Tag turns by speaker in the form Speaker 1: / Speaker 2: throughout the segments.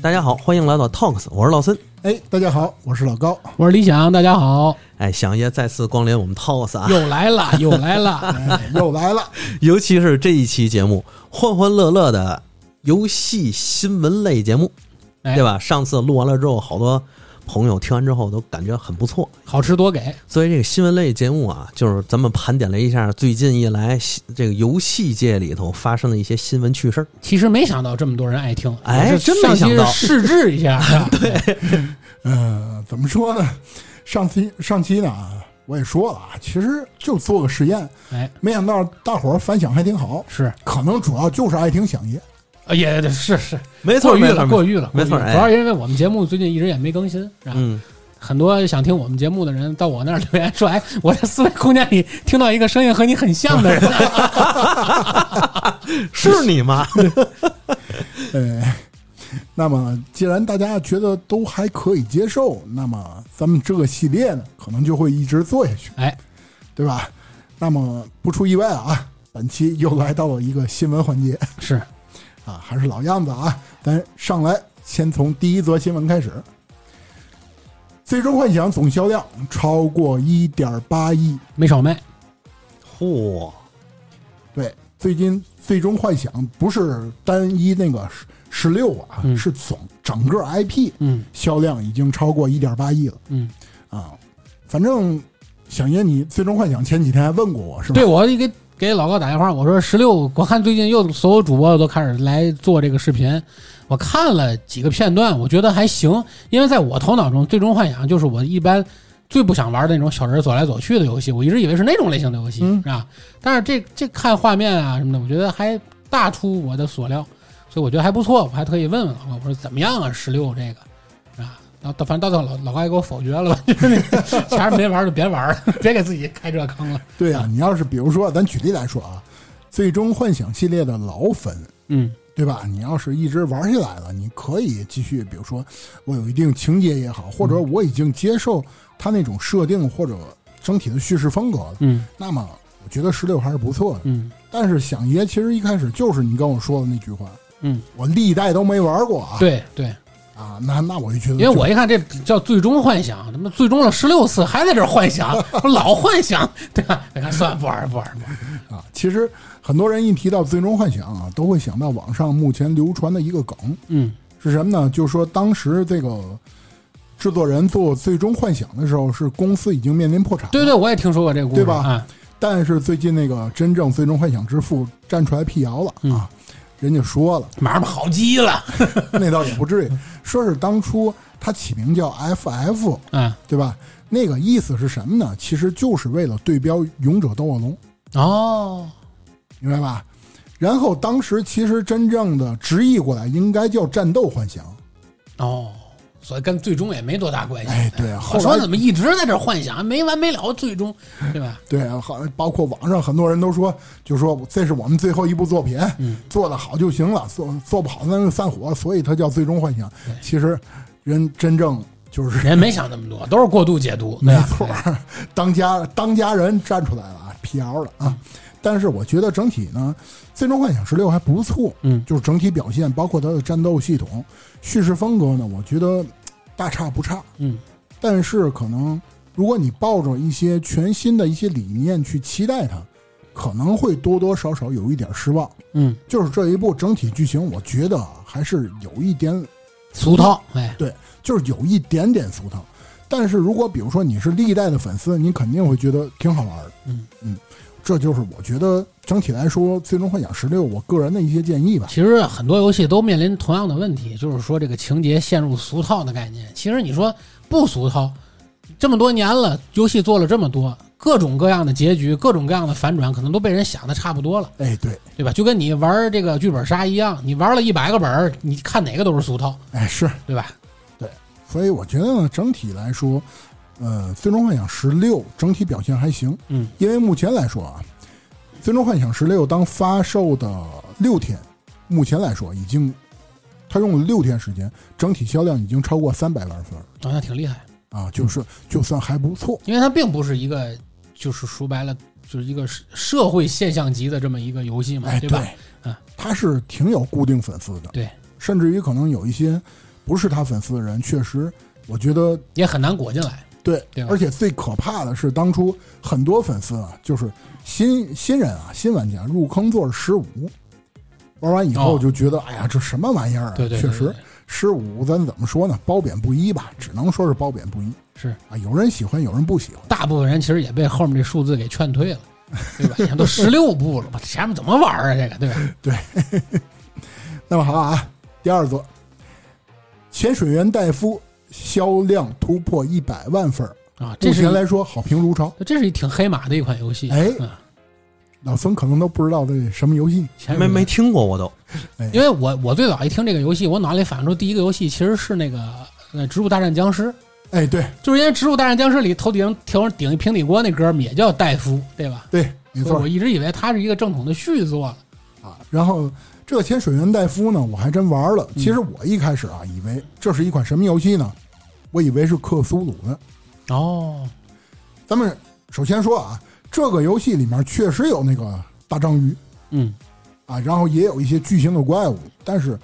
Speaker 1: 大家好，欢迎来到 Talks，我是老森。
Speaker 2: 哎，大家好，我是老高。
Speaker 3: 我是李想，大家好，
Speaker 1: 哎，想爷再次光临我们 Talks 啊，
Speaker 3: 又 来了，又来了，
Speaker 2: 哎，又来了，
Speaker 1: 尤其是这一期节目，欢欢乐乐的游戏新闻类节目，
Speaker 3: 哎
Speaker 1: 对吧？上次录完了之后，好多朋友听完之后都感觉很不错。
Speaker 3: 好吃多给，
Speaker 1: 所以这个新闻类节目啊，就是咱们盘点了一下最近一来这个游戏界里头发生的一些新闻趣事儿。
Speaker 3: 其实没想到这么多人爱听，
Speaker 1: 哎
Speaker 3: 我这
Speaker 1: 真没想
Speaker 3: 上期
Speaker 1: 到
Speaker 3: 是试制一下，啊 对，
Speaker 2: 嗯，怎么说呢？上期上期呢，我也说了啊，其实就做个实验，
Speaker 3: 哎，
Speaker 2: 没想到大伙儿反响还挺好，
Speaker 3: 是，
Speaker 2: 可能主要就是爱听响爷。
Speaker 3: 呃也是是，
Speaker 1: 没
Speaker 3: 过誉
Speaker 1: 没
Speaker 3: 了，过
Speaker 1: 誉。
Speaker 3: 誉了，
Speaker 1: 没错
Speaker 3: 过誉了
Speaker 1: 哎
Speaker 3: 主要是因为我们节目最近一直也没更新，然后
Speaker 1: 嗯，
Speaker 3: 很多想听我们节目的人到我那儿留言说，哎，我在思维空间里听到一个声音和你很像 的人，
Speaker 1: 是你吗？
Speaker 2: 哎， 那么既然大家觉得都还可以接受，那么咱们这个系列呢，可能就会一直做下去，
Speaker 3: 哎，
Speaker 2: 对吧？那么不出意外啊，本期又来到了一个新闻环节
Speaker 3: 是
Speaker 2: 啊，还是老样子啊，咱上来先从第一则新闻开始。《最终幻想》总销量超过一点八亿，
Speaker 3: 没少卖，
Speaker 1: 嚯，
Speaker 2: 对，最近《最终幻想》不是单一那个十十六啊，
Speaker 3: 嗯
Speaker 2: 是总整个 IP
Speaker 3: 嗯
Speaker 2: 销量已经超过一点八亿了
Speaker 3: 嗯，
Speaker 2: 啊！反正想爷，你《最终幻想》前几天还问过我是吧？
Speaker 3: 对我给给老高打电话，我说十六，我看最近又所有主播都开始来做这个视频，我看了几个片段，我觉得还行，因为在我头脑中，最终幻想就是我一般最不想玩的那种小人走来走去的游戏，我一直以为是那种类型的游戏，
Speaker 2: 嗯
Speaker 3: 是吧？但是这这看画面啊什么的，我觉得还大出我的所料，所以我觉得还不错，我还特意问问老高，我说怎么样啊？十六这个啊。然后到反正到最后老老高也给我否决了吧，就是那 前面没玩就别玩了， 别给自己开这坑了。
Speaker 2: 对呀、你要是比如说，咱举例来说啊，《最终幻想》系列的老粉，
Speaker 3: 嗯，
Speaker 2: 对吧？你要是一直玩下来了，你可以继续，比如说我有一定情节也好，或者
Speaker 3: 嗯
Speaker 2: 我已经接受它那种设定或者整体的叙事风格了，
Speaker 3: 嗯
Speaker 2: 那么我觉得十六还是不错的。
Speaker 3: 嗯
Speaker 2: 但是想爷其实一开始就是你跟我说的那句话，
Speaker 3: 嗯，
Speaker 2: 我历代都没玩过啊，
Speaker 3: 对对，
Speaker 2: 啊，那那我就觉得
Speaker 3: 因
Speaker 2: 就，
Speaker 3: 为我一看这叫最终幻想，他妈最终了十六次还在这儿幻想，我老幻想，对吧？你看，算了，不玩儿不玩儿不玩儿，
Speaker 2: 啊，其实很多人一提到《最终幻想》啊，都会想到网上目前流传的一个梗
Speaker 3: 嗯
Speaker 2: 是什么呢？就是说当时这个制作人做《最终幻想》的时候，是公司已经面临破产，
Speaker 3: 对对，我也听说过这个故事，
Speaker 2: 对吧
Speaker 3: 啊，
Speaker 2: 但是最近那个真正《最终幻想之父》站出来辟谣了、
Speaker 3: 嗯
Speaker 2: 啊，人家说了，
Speaker 3: 马上好基 了，
Speaker 2: 那倒也不至于， 说是当初他起名叫 FF，
Speaker 3: 啊，
Speaker 2: 对吧？那个意思是什么呢？其实就是为了对标《勇者斗恶龙》，
Speaker 3: 哦，
Speaker 2: 明白吧？然后当时其实真正的直译过来应该叫《战斗幻想》，
Speaker 3: 哦。所以跟最终也没多大关系。
Speaker 2: 哎对后
Speaker 3: 我
Speaker 2: 来
Speaker 3: 说怎么一直在这儿幻想，没完没了，最终，对吧？
Speaker 2: 对，好，包括网上很多人都说，就说这是我们最后一部作品，做得好就行了，做做不好咱就散伙，所以它叫《最终幻想》。其实人真正就是
Speaker 3: 人没想那么多，都是过度解读，对
Speaker 2: 没
Speaker 3: 吧？
Speaker 2: 错，当家当家人站出来了啊，辟谣了啊。但是我觉得整体呢，《最终幻想十六》还不错，
Speaker 3: 嗯
Speaker 2: 就是整体表现，包括它的战斗系统、叙事风格呢，我觉得大差不差。
Speaker 3: 嗯，
Speaker 2: 但是可能如果你抱着一些全新的一些理念去期待它，可能会多多少少有一点失望。
Speaker 3: 嗯，
Speaker 2: 就是这一部整体剧情，我觉得啊还是有一点
Speaker 3: 俗套，哎，
Speaker 2: 对，就是有一点点俗套。但是如果比如说你是历代的粉丝，你肯定会觉得挺好玩的。
Speaker 3: 嗯
Speaker 2: 嗯，这就是我觉得整体来说，《最终幻想十六》我个人的一些建议吧。
Speaker 3: 其实很多游戏都面临同样的问题，就是说这个情节陷入俗套的概念。其实你说不俗套，这么多年了，游戏做了这么多，各种各样的结局，各种各样的反转，可能都被人想的差不多了，
Speaker 2: 哎，对，
Speaker 3: 对吧？就跟你玩这个剧本杀一样，你玩了一百个本儿，你看哪个都是俗套，
Speaker 2: 哎是，
Speaker 3: 对吧？
Speaker 2: 所以我觉得呢，整体来说，呃，《最终幻想十六》整体表现还行。
Speaker 3: 嗯，
Speaker 2: 因为目前来说啊，《最终幻想十六》当发售的六天，目前来说已经，它用了六天时间，整体销量已经超过三百万份儿
Speaker 3: 好像挺厉害，
Speaker 2: 啊，
Speaker 3: 嗯
Speaker 2: 就是就算还不错。
Speaker 3: 因为它并不是一个，就是说白了，就是一个社社会现象级的这么一个游戏嘛，
Speaker 2: 哎，
Speaker 3: 嗯吧？
Speaker 2: 对
Speaker 3: 嗯，
Speaker 2: 他是挺有固定粉丝的，
Speaker 3: 对，
Speaker 2: 甚至于可能有一些不是他粉丝的人，确实我觉得
Speaker 3: 也很难裹进来。
Speaker 2: 对，
Speaker 3: 对吧啊
Speaker 2: 而且最可怕的是，当初很多粉丝啊，就是新新人啊，新玩家入坑座是十五，玩完以后
Speaker 3: 哦
Speaker 2: 就觉得，哎呀，这什么玩意儿啊？
Speaker 3: 对对，
Speaker 2: 确
Speaker 3: 对
Speaker 2: 实，十五咱怎么说呢？褒贬不一吧，只能说是褒贬不一
Speaker 3: 是
Speaker 2: 啊。有人喜欢，有人不喜欢。
Speaker 3: 大部分人其实也被后面这数字给劝 退了，对吧？现在都十六步了，我前面怎么玩啊？这个对吧？
Speaker 2: 那么好啊，第二座，潜水员戴夫销量突破一百万份儿，
Speaker 3: 啊，
Speaker 2: 目
Speaker 3: 这是
Speaker 2: 前来
Speaker 3: 一
Speaker 2: 说好评如潮。
Speaker 3: 这是一挺黑马的一款游戏。
Speaker 2: 哎
Speaker 3: 嗯
Speaker 2: 老孙可能都不知道这是什么游戏，
Speaker 3: 前
Speaker 1: 没
Speaker 3: 面
Speaker 1: 没听过我都。
Speaker 3: 因为我我最早一听这个游戏，我脑子里反映出第一个游戏其实是那个呃《植物大战僵尸》，
Speaker 2: 哎，对
Speaker 3: 就是因为《植物大战僵尸》里头顶头顶一平底锅那哥们儿也叫戴夫，对吧？
Speaker 2: 对，没
Speaker 3: 所以
Speaker 2: 错
Speaker 3: 我一直以为他是一个正统的续作了。
Speaker 2: 啊。然后这个潜水员戴夫呢，我还真玩了。
Speaker 3: 嗯
Speaker 2: 其实我一开始啊，以为这是一款什么游戏呢？我以为是克苏鲁的。
Speaker 3: 哦，
Speaker 2: 咱们首先说啊，这个游戏里面确实有那个大章鱼
Speaker 3: 嗯，
Speaker 2: 啊，然后也有一些巨型的怪物，但是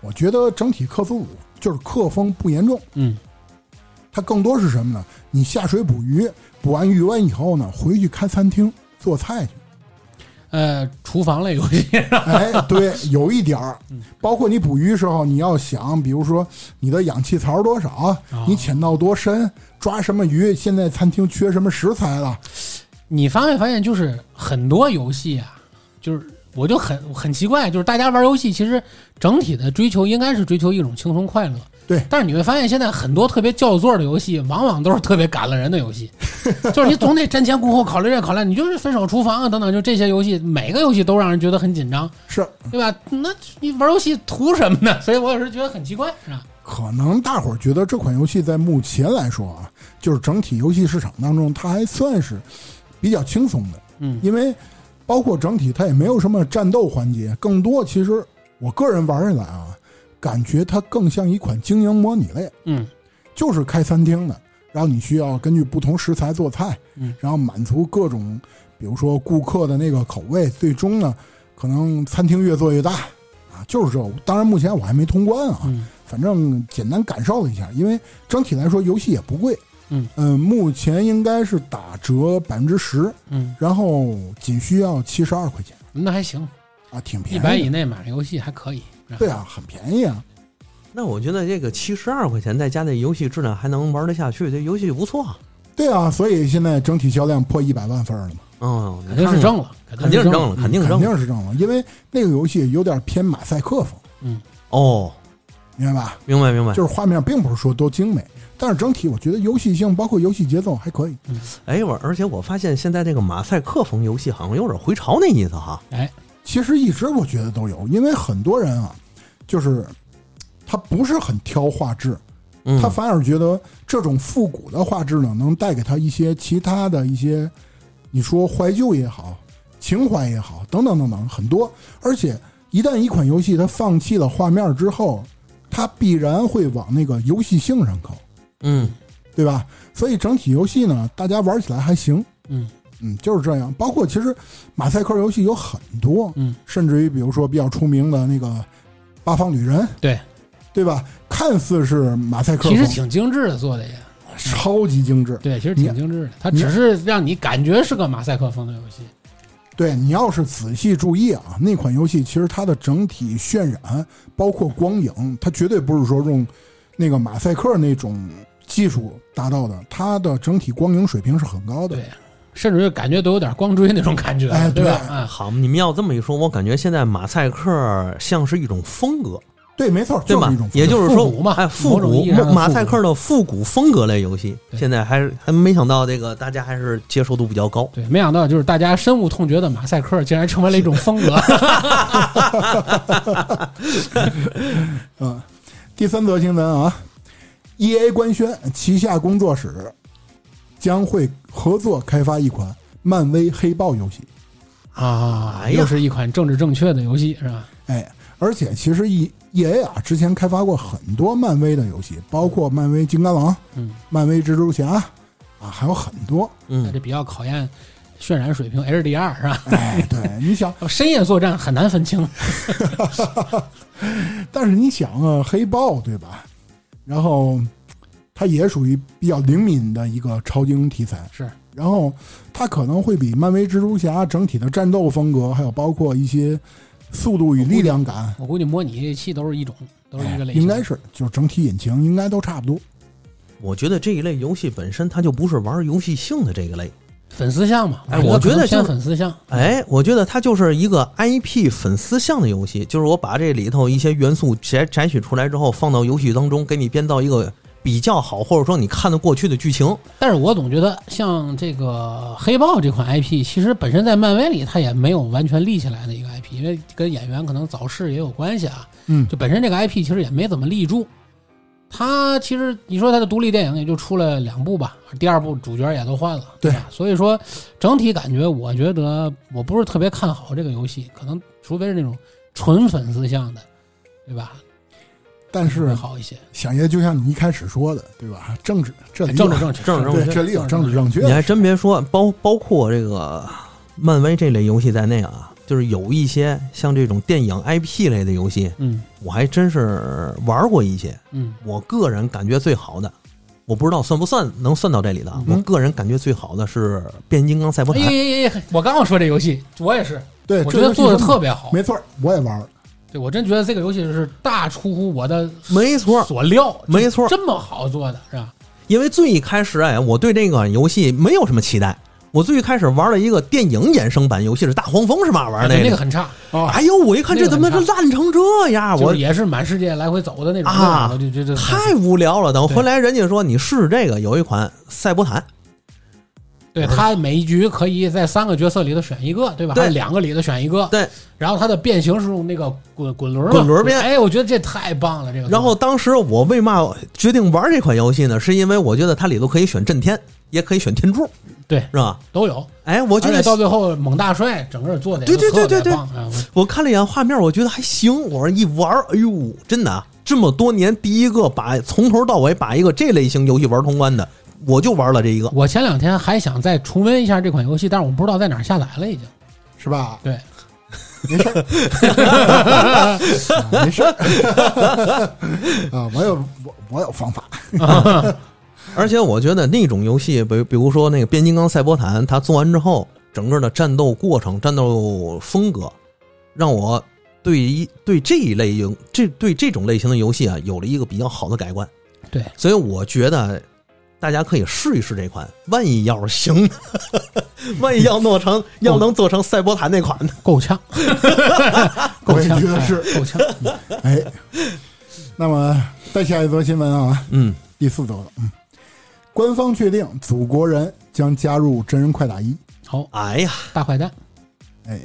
Speaker 2: 我觉得整体克苏鲁就是克风不严重，
Speaker 3: 嗯，
Speaker 2: 它更多是什么呢？你下水捕鱼，捕完鱼完以后呢，回去开餐厅做菜去。
Speaker 3: 呃，厨房类游戏，
Speaker 2: 哎，对，有一点儿，包括你捕鱼时候，你要想，比如说你的氧气槽多少，啊你潜到多深，抓什么鱼，现在餐厅缺什么食材了，
Speaker 3: 你发没发现，就是很多游戏啊，就是我就很很奇怪，就是大家玩游戏其实整体的追求应该是追求一种轻松快乐。
Speaker 2: 对
Speaker 3: 但是你会发现，现在很多特别叫座的游戏，往往都是特别赶了人的游 戏，就是你总得瞻前顾后考虑这考虑那，你就是分手厨房啊等等，就这些游戏，每个游戏都让人觉得很紧张，
Speaker 2: 是
Speaker 3: 对吧？那你玩游戏图什么呢？所以我有时候觉得很奇怪，是吧？
Speaker 2: 可能大伙儿觉得这款游戏在目前来说啊，就是整体游戏市场当中，它还算是比较轻松的，
Speaker 3: 嗯
Speaker 2: 因为包括整体它也没有什么战斗环节，更多其实我个人玩下来啊，感觉它更像一款经营模拟类，
Speaker 3: 嗯
Speaker 2: 就是开餐厅的，然后你需要根据不同食材做菜，
Speaker 3: 嗯
Speaker 2: 然后满足各种，比如说顾客的那个口味，最终呢，可能餐厅越做越大啊，就是这。当然，目前我还没通关啊，
Speaker 3: 嗯
Speaker 2: 反正简单感受了一下，因为整体来说游戏也不贵，
Speaker 3: 嗯
Speaker 2: 呃目前应该是打折百分之十，
Speaker 3: 嗯，
Speaker 2: 然后仅需要七十二块钱
Speaker 3: 那还行，
Speaker 2: 啊，挺便宜
Speaker 3: 一
Speaker 2: 的，
Speaker 3: 百以内买的游戏还可以。是吧
Speaker 2: 对啊，很便宜啊，
Speaker 1: 那我觉得这个七十二块钱再加那游戏质量还能玩得下去，这游戏不错啊。
Speaker 2: 对啊，所以现在整体销量破一百万份儿了嘛。
Speaker 1: 嗯，
Speaker 3: 肯定是
Speaker 1: 挣，
Speaker 3: 挣了，
Speaker 1: 肯定是
Speaker 3: 挣
Speaker 1: 挣了，肯定是挣
Speaker 2: 肯
Speaker 1: 了。
Speaker 2: 定是正了，因为那个游戏有点偏马赛克风，
Speaker 1: 哦，
Speaker 2: 明白吧？
Speaker 1: 明白明白。
Speaker 2: 就是画面并不是说多精美，但是整体我觉得游戏性包括游戏节奏还可以。
Speaker 1: 哎，我而且我发现现在这个马赛克风游戏好像有点回潮那意思哈。
Speaker 3: 哎，
Speaker 2: 其实一直我觉得都有，因为很多人啊，就是他不是很挑画质，
Speaker 1: 嗯
Speaker 2: 他，反而觉得这种复古的画质呢，能带给他一些其他的一些，你说怀旧也好，情怀也好，等等等等，很多。而且一旦一款游戏它放弃了画面之后，它必然会往那个游戏性上靠，
Speaker 1: 嗯，
Speaker 2: 对吧？所以整体游戏呢，大家玩起来还行。
Speaker 3: 嗯
Speaker 2: 嗯，就是这样。包括其实马赛克游戏有很多，
Speaker 3: 嗯，
Speaker 2: 甚至于比如说比较出名的那个《八方旅人》，
Speaker 3: 对
Speaker 2: 对吧？看似是马赛克风，
Speaker 3: 其实挺精致的做的也，
Speaker 2: 超级精致。
Speaker 3: 对，其实挺精致的，它只是让你感觉是个马赛克风的游戏，
Speaker 2: 对你要是仔细注意啊，那款游戏其实它的整体渲染，包括光影，它绝对不是说用那个马赛克那种技术达到的，它的整体光影水平是很高的
Speaker 3: 对。甚至就感觉都有点光追那种感觉，
Speaker 2: 哦哎
Speaker 3: 对吧？
Speaker 2: 对
Speaker 3: 啊，
Speaker 1: 好，你们要这么一说，我感觉现在马赛克像是一种风格，
Speaker 2: 对，没错，
Speaker 1: 对
Speaker 2: 就是
Speaker 1: 吧
Speaker 2: 一种？
Speaker 1: 也就是说，
Speaker 3: 复古嘛
Speaker 1: 哎，复
Speaker 3: 某种意
Speaker 1: 古
Speaker 3: 义上的复古
Speaker 1: 马赛克的复古风格类游戏，
Speaker 3: 对
Speaker 1: 现在还是还没想到这个大家还是接受度比较高。
Speaker 3: 对，没想到就是大家深恶痛绝的马赛克，竟然成为了一种风格。
Speaker 2: 嗯，第三则新闻啊，E A 官宣旗下工作室将会合作开发一款漫威黑豹游戏。
Speaker 3: 啊，
Speaker 1: 哎呀
Speaker 3: 又是一款政治正确的游戏，是吧？
Speaker 2: 哎，而且其实 E E A 啊，之前开发过很多漫威的游戏，包括漫威金刚狼、
Speaker 3: 嗯，
Speaker 2: 漫威蜘蛛侠啊，还有很多。
Speaker 3: 那
Speaker 1: 嗯
Speaker 3: 这比较考验渲染水平 HDR 是吧？
Speaker 2: 哎，对，你想，
Speaker 3: 深夜作战很难分清。
Speaker 2: 但是你想啊，黑豹对吧？然后它也属于比较灵敏的一个超级英雄题材，
Speaker 3: 是
Speaker 2: 然后它可能会比漫威蜘蛛侠整体的战斗风格，还有包括一些速度与力量感，
Speaker 3: 我估计模拟器都是一种，都是一个类
Speaker 2: 哎
Speaker 3: 型。
Speaker 2: 应该是就是整体引擎应该都差不多。
Speaker 1: 我觉得这一类游戏本身它就不是玩游戏性的这一类，
Speaker 3: 粉丝向嘛，
Speaker 1: 哎我觉得
Speaker 3: 可
Speaker 1: 就
Speaker 3: 能
Speaker 1: 是
Speaker 3: 偏粉丝向。
Speaker 1: 哎，我觉得它就是一个 IP 粉丝向的游戏，就是我把这里头一些元素摘摘取出来之后，放到游戏当中，给你编造一个比较好，或者说你看得过去的剧情。
Speaker 3: 但是我总觉得像这个黑豹这款 IP，其实本身在漫威里它也没有完全立起来的一个 IP，因为跟演员可能早逝也有关系啊。
Speaker 2: 嗯
Speaker 3: 就本身这个 IP 其实也没怎么立住。它其实你说它的独立电影也就出了两部吧，第二部主角也都换了，
Speaker 2: 对
Speaker 3: 吧？所以说整体感觉，我觉得我不是特别看好这个游戏，可能除非是那种纯粉丝向的，对吧？
Speaker 2: 但
Speaker 3: 会
Speaker 2: 是
Speaker 3: 好一些，
Speaker 2: 想爷就像你一开始说的，对吧？政治这里有
Speaker 3: 哎政治正确，
Speaker 1: 政治正确
Speaker 2: 对这里有政治正
Speaker 1: 你
Speaker 2: 确，
Speaker 1: 还真别说，包包括这个漫威这类游戏在内啊，就是有一些像这种电影 IP 类的游戏，
Speaker 3: 嗯
Speaker 1: 我还真是玩过一些。
Speaker 3: 嗯，
Speaker 1: 我个人感觉最好的，我不知道算不算能算到这里的啊。
Speaker 2: 嗯
Speaker 1: 我个人感觉最好的是《变形金刚赛博
Speaker 3: 哎
Speaker 1: 坦》
Speaker 3: 呀呀呀！我刚要说这游戏，我也是，
Speaker 2: 对，
Speaker 3: 我
Speaker 2: 这
Speaker 3: 觉
Speaker 2: 就是
Speaker 3: 得做的
Speaker 2: 一个
Speaker 3: 特别好。
Speaker 2: 没错儿，我也玩儿。
Speaker 3: 对我真觉得这个游戏是大出乎我的
Speaker 1: 没错
Speaker 3: 所料，就
Speaker 1: 没错
Speaker 3: 这么好做的是吧？
Speaker 1: 因为最一开始哎，我对这个游戏没有什么期待。我最一开始玩了一个电影衍生版游戏，是大黄蜂是嘛玩意儿
Speaker 3: 对
Speaker 1: 那
Speaker 3: 那个很差，
Speaker 1: 哎呦，我一看这
Speaker 3: 那个
Speaker 1: 怎
Speaker 3: 很
Speaker 1: 么这
Speaker 3: 差
Speaker 1: 烂成这样，
Speaker 3: 就
Speaker 1: 啊我
Speaker 3: 是也是满世界来回走的那种
Speaker 1: 啊
Speaker 3: 我就觉得
Speaker 1: 太无聊了。等
Speaker 3: 对
Speaker 1: 回来人家说你试这个，有一款赛博坦，
Speaker 3: 对他每一局可以在三个角色里头选一个，对吧？
Speaker 1: 对
Speaker 3: 还是两个里头选一个，
Speaker 1: 对。
Speaker 3: 然后它的变形是用那个滚滚轮嘛
Speaker 1: 滚轮变
Speaker 3: 哎，我觉得这太棒了，这个。
Speaker 1: 然后当时我为嘛决定玩这款游戏呢？是因为我觉得它里头可以选震天，也可以选天柱，
Speaker 3: 对
Speaker 1: 是吧？
Speaker 3: 都有，
Speaker 1: 哎，我觉
Speaker 3: 而且
Speaker 1: 得
Speaker 3: 到最后猛大帅整个做的
Speaker 1: 对对对对对
Speaker 3: 啊，我
Speaker 1: 我看了一眼画面，我觉得还行。我说一玩儿，哎呦，真的啊，这么多年第一个把从头到尾把一个这类型游戏玩通关的，我就玩了这一个。
Speaker 3: 我前两天还想再重温一下这款游戏，但是我不知道在哪儿下载了，已经。
Speaker 2: 是吧？
Speaker 3: 对，
Speaker 2: 没 事儿，啊没事儿 啊！我有我我有方法，
Speaker 1: 而且我觉得那种游戏，比比如说那个《变形金刚赛博坦》，它做完之后，整个的战斗过程、战斗风格，让我对一对这一类游这对这种类型的游戏啊，有了一个比较好的改观。
Speaker 3: 对，
Speaker 1: 所以我觉得大家可以试一试这款，万一要是行， 万一要弄成要能做成赛博坦那款呢？
Speaker 3: 够 呛，
Speaker 2: 我
Speaker 3: 够
Speaker 2: 也
Speaker 3: 呛，
Speaker 2: 觉得是
Speaker 3: 哎 够呛。
Speaker 2: 哎，那么再下一则新闻啊，
Speaker 1: 嗯，
Speaker 2: 第四则了，嗯，官方确定祖国人将加入真人快打一。
Speaker 3: 好，
Speaker 1: 哎呀，
Speaker 3: 大坏蛋，
Speaker 2: 哎，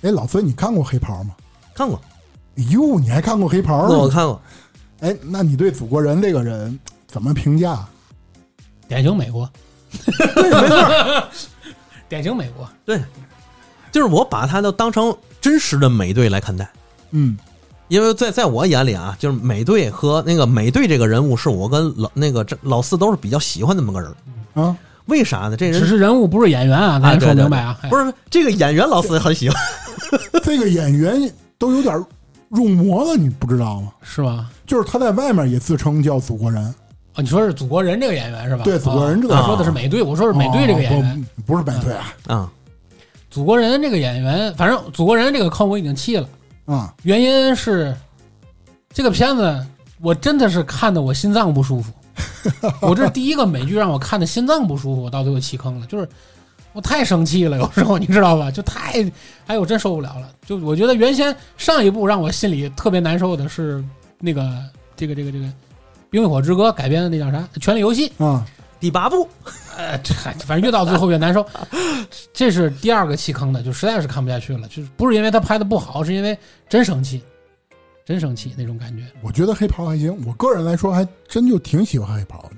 Speaker 2: 哎，老孙，你看过黑袍吗？
Speaker 1: 看过，
Speaker 2: 哎呦，你还看过黑袍
Speaker 1: 那我
Speaker 2: 呢？
Speaker 1: 看过，
Speaker 2: 哎，那你对祖国人这个人怎么评价？
Speaker 3: 典型美 国，
Speaker 1: 没错儿，
Speaker 3: 典型美国。
Speaker 1: 对，就是我把它都当成真实的美队来看待。
Speaker 2: 嗯，
Speaker 1: 因为在在我眼里啊，就是美队和那个美队这个人物，是我跟老那个这老四都是比较喜欢那么个人。
Speaker 2: 啊，
Speaker 1: 为啥呢？这
Speaker 3: 只
Speaker 1: 人
Speaker 3: 是人物，不是演员啊，咱
Speaker 1: 啊，
Speaker 3: 先
Speaker 1: 对
Speaker 3: 说
Speaker 1: 对
Speaker 3: 明白啊。
Speaker 1: 对
Speaker 3: 哎
Speaker 1: 不是这个演员老四很喜欢。
Speaker 2: 这个演员都有点入魔了，你不知道吗？
Speaker 3: 是吧？
Speaker 2: 就是他在外面也自称叫祖国人，
Speaker 3: 啊，你说是祖国人这个演员是吧？
Speaker 2: 对祖国人这个
Speaker 3: 啊我说的是美队，我说是美队这个演员。
Speaker 2: 哦不不是美队啊
Speaker 1: 啊，
Speaker 3: 祖国人这个演员，反正祖国人这个坑我已经弃了，
Speaker 2: 啊、
Speaker 3: 原因是这个片子我真的是看的我心脏不舒服。我这是第一个美剧让我看的心脏不舒服，我到最后弃坑了，就是我太生气了，有时候你知道吧？就太，哎呦，真受不了了。就我觉得原先上一部让我心里特别难受的是那个这个这个这个《冰与火之歌》改编的那叫啥《权力游戏》，
Speaker 2: 啊！
Speaker 1: 第八部
Speaker 3: 呃，这嗨反正越到最后越难受。这是第二个弃坑的，就实在是看不下去了。就是不是因为他拍的不好，是因为真生气，真生气那种感觉。
Speaker 2: 我觉得黑袍还行，我个人来说还真就挺喜欢黑袍的，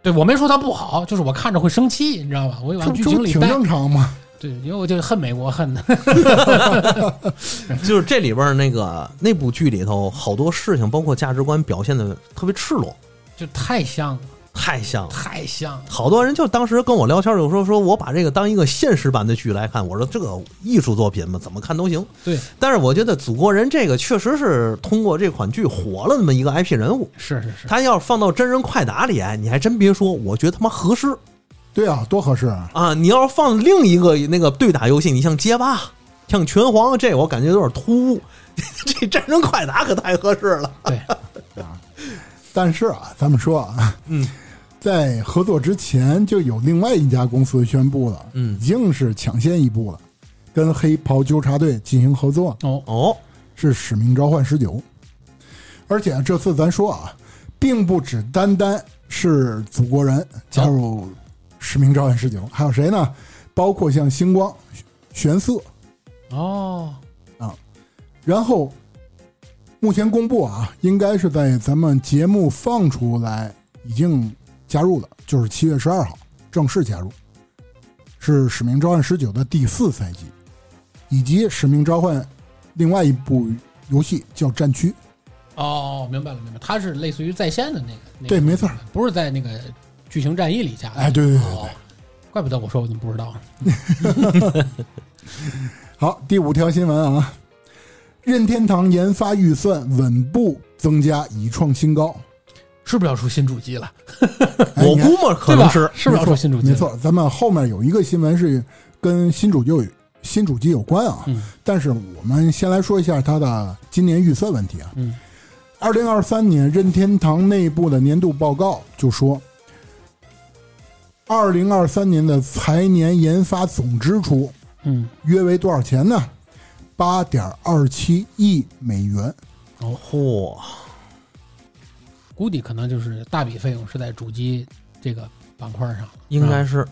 Speaker 3: 对我没说他不好，就是我看着会生气，你知道吧？我也往
Speaker 2: 这
Speaker 3: 剧
Speaker 2: 这
Speaker 3: 情
Speaker 2: 不
Speaker 3: 里
Speaker 2: 挺
Speaker 3: 带。
Speaker 2: 正常吗？
Speaker 3: 对，因为我就恨美国，恨 的。
Speaker 1: 就是这里边那个那部剧里头好多事情，包括价值观表现的特别赤裸，
Speaker 3: 就太像了，
Speaker 1: 太像了。
Speaker 3: 太像了。
Speaker 1: 好多人就当时跟我聊天，有时候说我把这个当一个现实版的剧来看，我说这个艺术作品嘛，怎么看都行。
Speaker 3: 对，
Speaker 1: 但是我觉得《祖国人》这个确实是通过这款剧火了那么一个 IP 人物，
Speaker 3: 是是是，
Speaker 1: 他要是放到真人快打里，哎你还真别说，我觉得他妈合适
Speaker 2: 对啊，多合适啊！
Speaker 1: 啊！你要是放另一个那个对打游戏，你像街霸、像拳皇，这我感觉有点突兀， 这真人快打可太合适了。
Speaker 3: 对，
Speaker 2: 但是啊，咱们说啊，
Speaker 1: 嗯，
Speaker 2: 在合作之前就有另外一家公司宣布了，
Speaker 1: 嗯
Speaker 2: 已经是抢先一步了，跟黑袍纠察队进行合作，
Speaker 3: 哦，
Speaker 1: 哦，
Speaker 2: 是《使命召唤十九》。而且啊这次咱说啊，并不只单单是祖国人加入《使命召唤十九》，还有谁呢？包括像星光、玄色，
Speaker 3: 哦，
Speaker 2: 然后目前公布啊，应该是在咱们节目放出来已经加入了，就是七月十二号正式加入，是《使命召唤十九》的第四赛季，以及《使命召唤》另外一部游戏叫《战区》。
Speaker 3: 哦，明白了，明白了，它是类似于在线的那个，那个、
Speaker 2: 对没错，
Speaker 3: 不是在那个剧情战役里加的。
Speaker 2: 哎，对对对对。
Speaker 3: 哦，怪不得我说我怎么不知道呢。
Speaker 2: 好，第五条新闻啊，任天堂研发预算稳步增加，已创新高。
Speaker 3: 是不是要出新主机了？
Speaker 2: 哎
Speaker 1: 我
Speaker 2: 你看
Speaker 1: 估摸可能是
Speaker 3: 对吧是不是要出新主机？
Speaker 2: 没，错，咱们后面有一个新闻是跟新主机有新主机有关啊，
Speaker 3: 嗯
Speaker 2: 但是我们先来说一下它的今年预算问题啊。
Speaker 3: 嗯，
Speaker 2: 二零二三年任天堂内部的年度报告就说，二零二三年的财年研发总支出
Speaker 3: 嗯，
Speaker 2: 约为多少钱呢？八点二七亿美元。
Speaker 1: 哦嚯、
Speaker 3: 估计可能就是大笔费用是在主机这个板块上。
Speaker 1: 应该是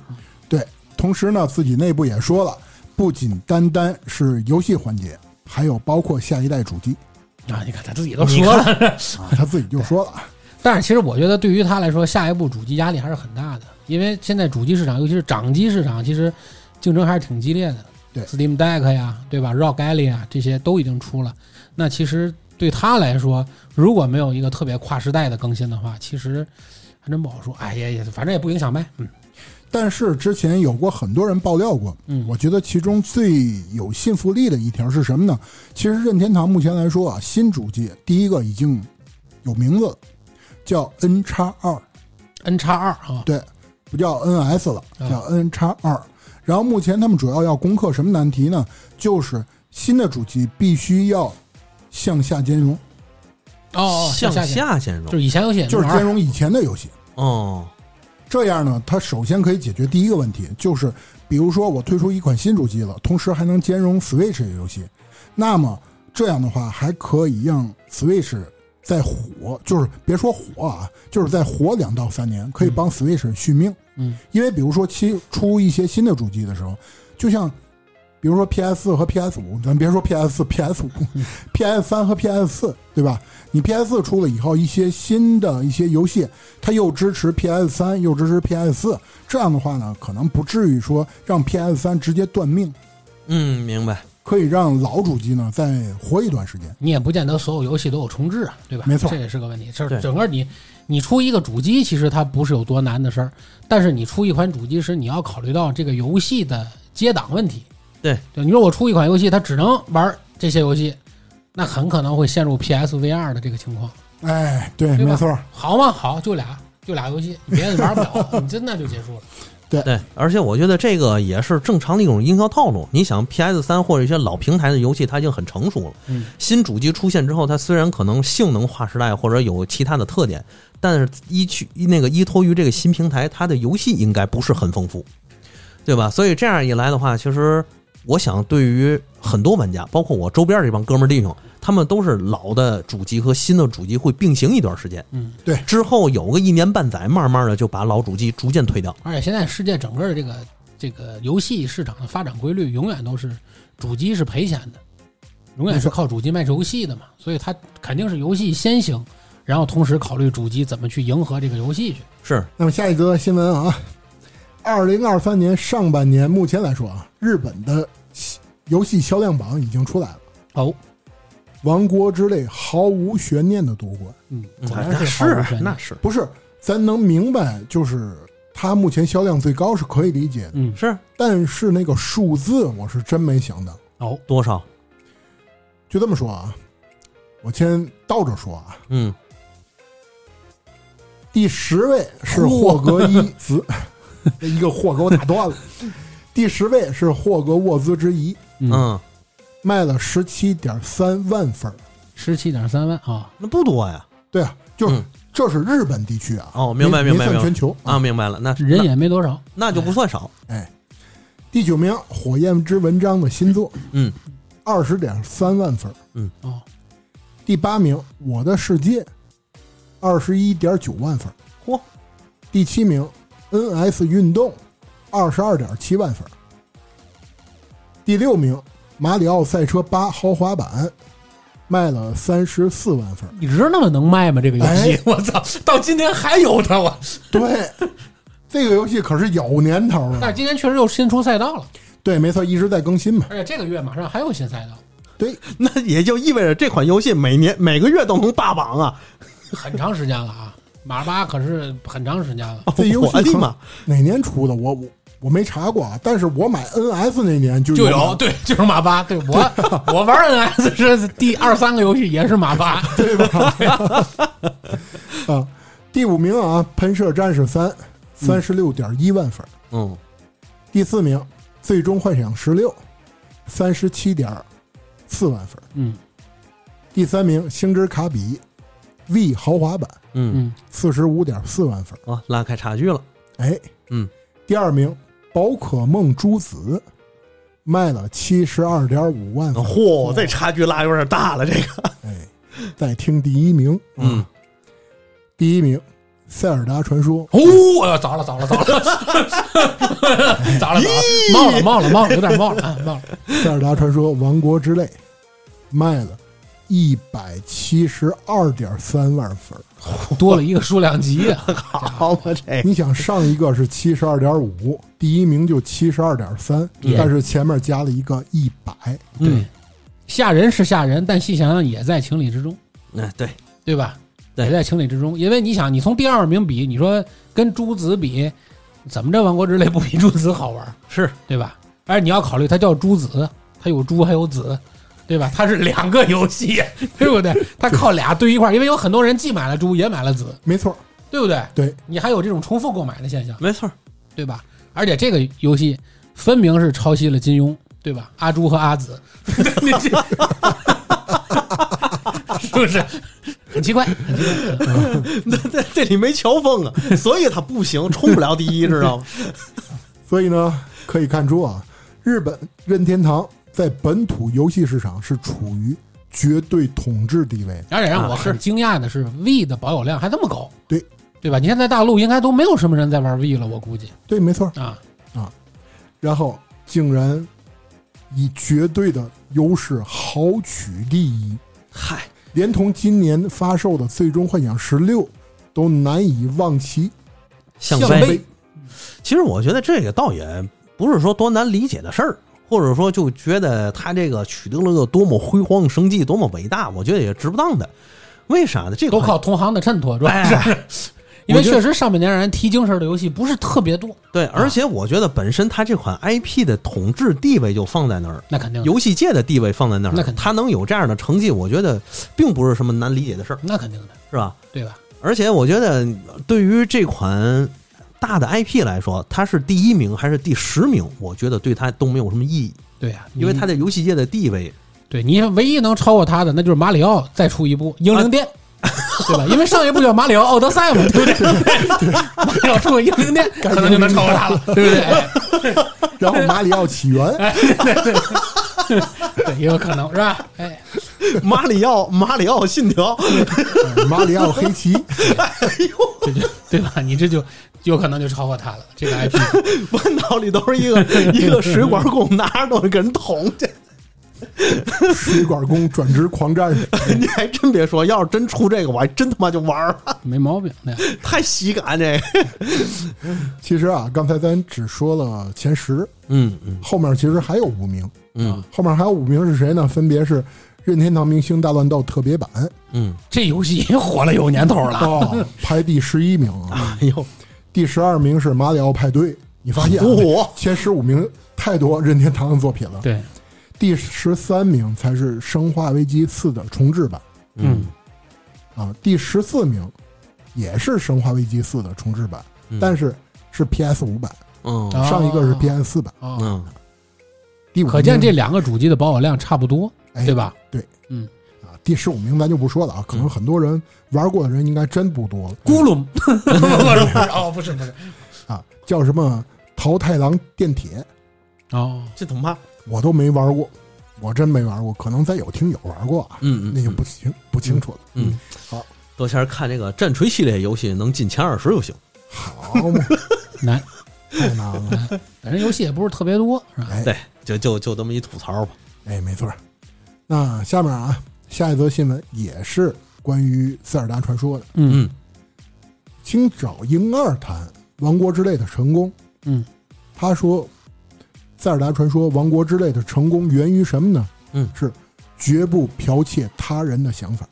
Speaker 2: 对，同时呢，自己内部也说了，不仅单单是游戏环节，还有包括下一代主机
Speaker 3: 啊，你看他自己都说了，
Speaker 2: 啊，他自己就说了啊。
Speaker 3: 但是其实我觉得对于他来说，下一步主机压力还是很大的，因为现在主机市场，尤其是掌机市场，其实竞争还是挺激烈的。
Speaker 2: 对
Speaker 3: ，Steam Deck 呀，对吧？ROG Ally 啊，这些都已经出了。那其实对他来说，如果没有一个特别跨时代的更新的话，其实还真不好说。哎呀，也反正也不影响卖。嗯
Speaker 2: 但是之前有过很多人爆料过，
Speaker 3: 嗯，
Speaker 2: 我觉得其中最有信服力的一条是什么呢？其实任天堂目前来说啊，新主机第一个已经有名字了，叫 N 叉二，
Speaker 3: N 叉二啊，
Speaker 2: 对，不叫 NS 了，
Speaker 3: 啊
Speaker 2: 叫 N 叉二。然后目前他们主要要攻克什么难题呢？就是新的主机必须要向下兼容，
Speaker 3: 哦哦，
Speaker 1: 向
Speaker 3: 下去，
Speaker 1: 下兼容
Speaker 3: 就。是以前游戏也
Speaker 2: 就是
Speaker 3: 能
Speaker 2: 兼
Speaker 3: 玩
Speaker 2: 容以前的游戏。
Speaker 1: 哦，
Speaker 2: 这样呢，它首先可以解决第一个问题，就是比如说我推出一款新主机了，同时还能兼容 Switch 的游戏，那么这样的话还可以让 Switch 再火，就是别说火啊，就是再火两到三年，可以帮 Switch 续命。
Speaker 3: 嗯，
Speaker 2: 因为比如说期出一些新的主机的时候，就像比如说 PS 四和 PS 五，咱别说 PS 四、PS 五、PS 三和 PS 四，对吧？你 PS 四出了以后，一些新的一些游戏，它又支持 PS 三，又支持 PS 四，这样的话呢，可能不至于说让 PS 三直接断命，
Speaker 1: 嗯，明白。
Speaker 2: 可以让老主机呢再活一段时间。
Speaker 3: 你也不见得所有游戏都有重置啊，对吧？
Speaker 2: 没错
Speaker 3: 这也是个问题。就
Speaker 1: 对
Speaker 3: 是整个你你出一个主机，其实它不是有多难的事儿，但是你出一款主机时，你要考虑到这个游戏的接档问题。
Speaker 1: 对
Speaker 3: 对，你说我出一款游戏，它只能玩这些游戏，那很可能会陷入 PSVR 的这个情况。
Speaker 2: 哎，对，
Speaker 3: 对吧
Speaker 2: 没错，
Speaker 3: 好吗？好，就俩，就俩游戏，别的玩不 了，你真的就结束了。
Speaker 1: 对，而且我觉得这个也是正常的一种营销套路。你想，PS 三或者一些老平台的游戏，它已经很成熟了。
Speaker 3: 嗯，
Speaker 1: 新主机出现之后，它虽然可能性能划时代或者有其他的特点，但是依去那个依托于这个新平台，它的游戏应该不是很丰富，对吧？所以这样一来的话，其实我想，对于很多玩家，包括我周边这帮哥们儿弟兄，他们都是老的主机和新的主机会并行一段时间。
Speaker 3: 嗯，
Speaker 2: 对
Speaker 1: 之后有个一年半载，慢慢的就把老主机逐渐推掉。
Speaker 3: 而且现在世界整个的这个这个游戏市场的发展规律，永远都是主机是赔钱的，永远是靠主机卖游戏的嘛，所以它肯定是游戏先行，然后同时考虑主机怎么去迎合这个游戏去。
Speaker 1: 是，
Speaker 2: 那么下一则新闻啊，二零二三年上半年，目前来说啊，日本的游戏销量榜已经出来了，
Speaker 3: 哦，
Speaker 2: 《王国之泪》毫无悬念的夺冠。
Speaker 3: 嗯，
Speaker 1: 嗯
Speaker 3: 果
Speaker 2: 哎
Speaker 3: 然
Speaker 1: 那
Speaker 3: 是毫无悬念啊
Speaker 1: 是
Speaker 2: 不是咱能明白，就是它目前销量最高是可以理解的，
Speaker 3: 嗯，
Speaker 1: 是
Speaker 2: 但是那个数字我是真没想到。
Speaker 3: 哦，
Speaker 1: 多少？
Speaker 2: 就这么说啊，我先倒着说啊，
Speaker 1: 嗯，
Speaker 2: 第十位是霍格伊兹，这一个霍给我打断了。第十位是霍格沃兹之遗，
Speaker 3: 嗯，
Speaker 1: 嗯，
Speaker 2: 卖了十七点三万份儿。
Speaker 3: 十七点三万啊，
Speaker 1: 那不多呀。
Speaker 2: 对啊，就是、
Speaker 1: 嗯
Speaker 2: 这是日本地区啊。
Speaker 1: 哦明白
Speaker 2: 没
Speaker 1: 明白明
Speaker 2: 没算
Speaker 1: 白
Speaker 2: 全球
Speaker 1: 啊，。明白了，那
Speaker 3: 人也没多少，
Speaker 1: 那那就不算少。
Speaker 2: 哎，第九名《火焰之纹章》的新作，
Speaker 1: 嗯，
Speaker 2: 二十点三万份儿。
Speaker 3: 哦，
Speaker 2: 第八名《我的世界》，二十一点九万份儿。
Speaker 1: 嚯，
Speaker 2: 第七名，NS 运动，二十二点七万份儿。第六名，马里奥赛车八豪华版，卖了三十四万份儿。
Speaker 3: 你知道那么能卖吗？这个游戏
Speaker 2: 哎，
Speaker 3: 我操，到今天还有它，我。
Speaker 2: 对，这个游戏可是有年头
Speaker 3: 但
Speaker 2: 了
Speaker 3: 是。今年确实又新出赛道了，
Speaker 2: 对，没错，一直在更新嘛。
Speaker 3: 而且这个月马上还有新赛道，
Speaker 2: 对，
Speaker 1: 那也就意味着这款游戏每年每个月都能霸榜啊！
Speaker 3: 很长时间了啊。马八可是很长时间了，
Speaker 2: 这游戏
Speaker 1: 我的
Speaker 2: 可
Speaker 1: 妈！
Speaker 2: 哪年出的？我我我没查过，啊，但是我买 NS 那年就
Speaker 3: 就有
Speaker 2: 有
Speaker 3: 对，就是马八。对我我玩 NS 是第二三个游戏也是马八，
Speaker 2: 啊。第五名啊，《喷射战士三》三十六点一万份儿。
Speaker 1: 嗯，
Speaker 2: 第四名，《最终幻想十六》，三十七点四万份儿。
Speaker 3: 嗯
Speaker 2: 第三名，《星之卡比》V 豪华版，
Speaker 1: 嗯
Speaker 3: 嗯
Speaker 2: 四十五点四万份儿。
Speaker 1: 啊，拉开差距了。
Speaker 2: 哎，
Speaker 1: 嗯，
Speaker 2: 第二名，《宝可梦朱子》卖了七十二点五万份儿。
Speaker 1: 哦嚯，这差距拉有点大了，这个。
Speaker 2: 哎，再听第一名，啊
Speaker 1: 嗯，
Speaker 2: 第一名，《塞尔达传说》
Speaker 3: 哦，哎糟了糟了糟了，糟了糟了，冒了冒了冒了，有点冒了啊冒了。
Speaker 2: 《塞尔达传说：王国之泪》卖了一百七十二点三万份儿。
Speaker 3: 多了一个数量级啊！
Speaker 1: 好了，这个
Speaker 2: 你想上一个是七十二点五，第一名就七十二点三，
Speaker 3: Yeah
Speaker 2: 但是前面加了一个一百。
Speaker 1: 嗯，
Speaker 3: 吓人是吓人，但细想想也在情理之中，
Speaker 1: 哎，对，
Speaker 3: 对吧？
Speaker 1: 对
Speaker 3: 也在情理之中，因为你想，你从第二名比，你说跟诸子比，怎么着《王国之泪》不比诸子好玩，
Speaker 1: 是
Speaker 3: 对吧？而你要考虑，它叫诸子，它有猪还有子，对吧？它是两个游戏， 对不对？它靠俩堆一块儿，因为有很多人既买了猪也买了子，
Speaker 2: 没错，
Speaker 3: 对不对？
Speaker 2: 对，
Speaker 3: 你还有这种重复购买的现象。
Speaker 1: 没错儿。
Speaker 3: 对吧？而且这个游戏分明是抄袭了金庸，对吧？阿朱和阿紫， 你这是不是很奇怪？很奇怪嗯
Speaker 1: 那这这里没乔峰啊，所以他不行，冲不了第一，知道吗？
Speaker 2: 所以呢，可以看出啊，日本任天堂在本土游戏市场是处于绝对统治地位的。
Speaker 3: 而且让我
Speaker 1: 啊是
Speaker 3: 很惊讶的是，V 的保有量还这么高，
Speaker 2: 对
Speaker 3: 对吧？你看在大陆应该都没有什么人在玩 V 了，我估计
Speaker 2: 对，没错。
Speaker 3: 啊，
Speaker 2: 然后竟然以绝对的优势豪取第一，
Speaker 1: 嗨，
Speaker 2: 连同今年发售的《最终幻想十六》都难以望其
Speaker 1: 向
Speaker 3: 向
Speaker 1: 飞
Speaker 3: 飞。
Speaker 1: 其实我觉得这个倒也不是说多难理解的事儿，或者说就觉得他这个取得了个多么辉煌的成绩，多么伟大，我觉得也值不当的。为啥呢？这
Speaker 3: 都
Speaker 1: 款
Speaker 3: 靠同行的衬托，主要是、
Speaker 1: 哎，
Speaker 3: 因为
Speaker 1: 我觉得
Speaker 3: 确实上半年让人提精神的游戏不是特别多，
Speaker 1: 对，而且我觉得本身它这款 IP 的统治地位就放在那儿，
Speaker 3: 那肯定的，
Speaker 1: 游戏界的地位放在那
Speaker 3: 嗯那
Speaker 1: 儿
Speaker 3: 肯，定
Speaker 1: 它能有这样的成绩，我觉得并不是什么难理解的事儿，
Speaker 3: 那肯定的，
Speaker 1: 是吧？
Speaker 3: 对吧？
Speaker 1: 而且我觉得对于这款大的 IP 来说，它是第一名还是第十名，我觉得对它都没有什么意义，
Speaker 3: 对呀、
Speaker 1: 因为
Speaker 3: 你
Speaker 1: 它在游戏界的地位
Speaker 3: 对你唯一能超过他的，那就是马里奥再出一部《英灵殿》 对吧？因为上一部叫《马里奥奥德赛》嘛，啊 对不对？马里奥出个《英灵殿》， 可能就能超过他了， 对不对？哎
Speaker 2: 然后马里奥起源，
Speaker 3: 对， 也有可能是吧？哎，
Speaker 1: 马里奥，马里奥信条，
Speaker 2: 马里奥黑旗，
Speaker 3: 这就对吧？你这就有可能就超过他了，这个 IP。
Speaker 1: 我脑里都是 一个一个水管工拿着东西给人捅去。
Speaker 2: 水管工转职狂战士，
Speaker 1: 你还真别说，要是真出这个，我还真他妈就玩了，
Speaker 3: 没毛病，对，
Speaker 1: 太喜感这个。
Speaker 2: 其实啊，刚才咱只说了前十，
Speaker 1: 嗯嗯
Speaker 2: 后面其实还有五名，
Speaker 1: 嗯
Speaker 2: 后面还有五名是谁呢？分别是任天堂明星大乱斗特别版
Speaker 1: 嗯，
Speaker 3: 这游戏也火了有年头了。
Speaker 2: 哦，排第十一名啊，
Speaker 1: 哎呦，
Speaker 2: 第十二名是马里奥派对。你发现啊
Speaker 1: 嚯
Speaker 2: 前十五名太多任天堂的作品了，
Speaker 3: 对，
Speaker 2: 第十三名才是《生化危机四》的重制版
Speaker 3: 嗯，
Speaker 2: 啊，第十四名也是《生化危机四》的重制版，
Speaker 1: 嗯
Speaker 2: 但是是 PS 五版，
Speaker 1: 嗯
Speaker 3: 啊
Speaker 2: 上一个是 PS 四版。
Speaker 3: 啊，
Speaker 1: 嗯
Speaker 2: 第五名
Speaker 3: 可见这两个主机的保有量差不多，
Speaker 2: 嗯哎
Speaker 3: 对吧？嗯
Speaker 2: 啊，第十五名咱就不说了啊，可
Speaker 1: 嗯
Speaker 2: 能很多人玩过的人应该真不多了
Speaker 3: 咕 噜，哦，不是不是，
Speaker 2: 啊，叫什么桃太郎电铁，
Speaker 3: 哦，
Speaker 1: 这他妈，
Speaker 2: 我都没玩过，我真没玩过，可能咱有听友玩过啊，
Speaker 1: 嗯嗯，
Speaker 2: 那就不清不清楚了。
Speaker 1: 嗯，
Speaker 2: 好，
Speaker 1: 多钱看这个战锤系列游戏能进前二十就行。
Speaker 2: 好嘛，
Speaker 3: 难，
Speaker 2: 太难了，
Speaker 3: 反正游戏也不是特别多，是吧？
Speaker 2: 哎，
Speaker 1: 对，就就就这么一吐槽吧。
Speaker 2: 哎，没错儿。那下面啊，下一则新闻也是关于《塞尔达传说》的，
Speaker 3: 嗯
Speaker 1: 嗯
Speaker 2: 请找英二谈《王国之泪》的成功。
Speaker 3: 嗯，
Speaker 2: 他说，《塞尔达传说：王国之泪》的成功源于什么呢？
Speaker 1: 嗯
Speaker 2: 是绝不剽窃他人的想法。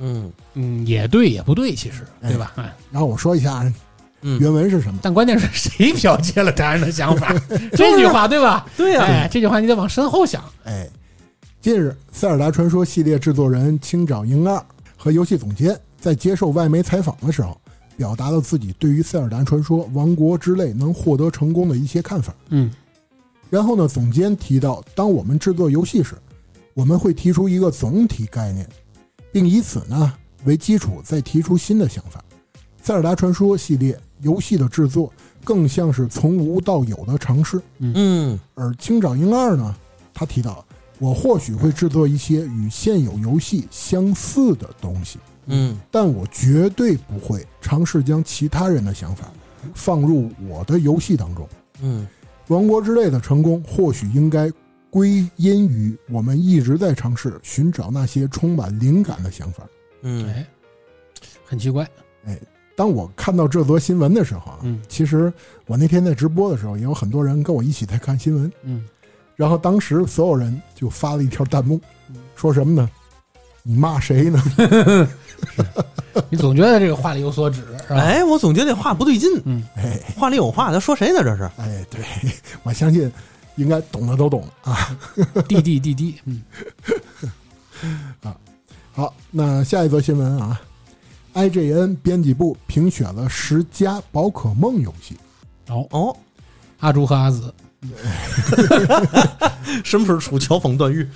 Speaker 1: 嗯
Speaker 3: 嗯，也对，也不对，其实对吧？哎
Speaker 2: 然后我说一下啊
Speaker 1: 嗯，
Speaker 2: 原文是什么。
Speaker 3: 但关键是谁剽窃了他人的想法？这句话对吧？
Speaker 1: 对呀、
Speaker 3: 哎，这句话你得往深后想。
Speaker 2: 哎，近日，《塞尔达传说》系列制作人青沼英二和游戏总监在接受外媒采访的时候，表达了自己对于《塞尔达传说：王国之泪》能获得成功的一些看法。
Speaker 3: 嗯
Speaker 2: 然后呢，总监提到，当我们制作游戏时，我们会提出一个总体概念，并以此呢为基础再提出新的想法。《塞尔达传说》系列游戏的制作更像是从无到有的尝试。
Speaker 1: 嗯
Speaker 2: 而青沼英二呢，他提到，我或许会制作一些与现有游戏相似的东西，
Speaker 1: 嗯
Speaker 2: 但我绝对不会尝试将其他人的想法放入我的游戏当中。
Speaker 1: 嗯
Speaker 2: 《王国之泪》的成功，或许应该归因于我们一直在尝试寻找那些充满灵感的想法。
Speaker 1: 嗯
Speaker 3: 哎，很奇怪。
Speaker 2: 当我看到这则新闻的时候啊，
Speaker 3: 嗯
Speaker 2: 其实我那天在直播的时候，也有很多人跟我一起在看新闻，
Speaker 3: 嗯，
Speaker 2: 然后当时所有人就发了一条弹幕
Speaker 3: 嗯，
Speaker 2: 说什么呢？你骂谁呢？
Speaker 3: 你总觉得这个话里有所指，是吧？
Speaker 1: 哎，我总觉得这话不对劲，
Speaker 3: 嗯，
Speaker 2: 哎
Speaker 1: 话里有话，他说谁呢？这是
Speaker 2: 哎，对 我相信应该懂的都懂啊。
Speaker 3: 滴滴滴滴，嗯
Speaker 2: 好，那下一则新闻啊，IGN 编辑部评选了十佳宝可梦游戏。
Speaker 1: 哦，
Speaker 3: 阿朱和阿紫，
Speaker 1: 什么时候出乔峰段誉？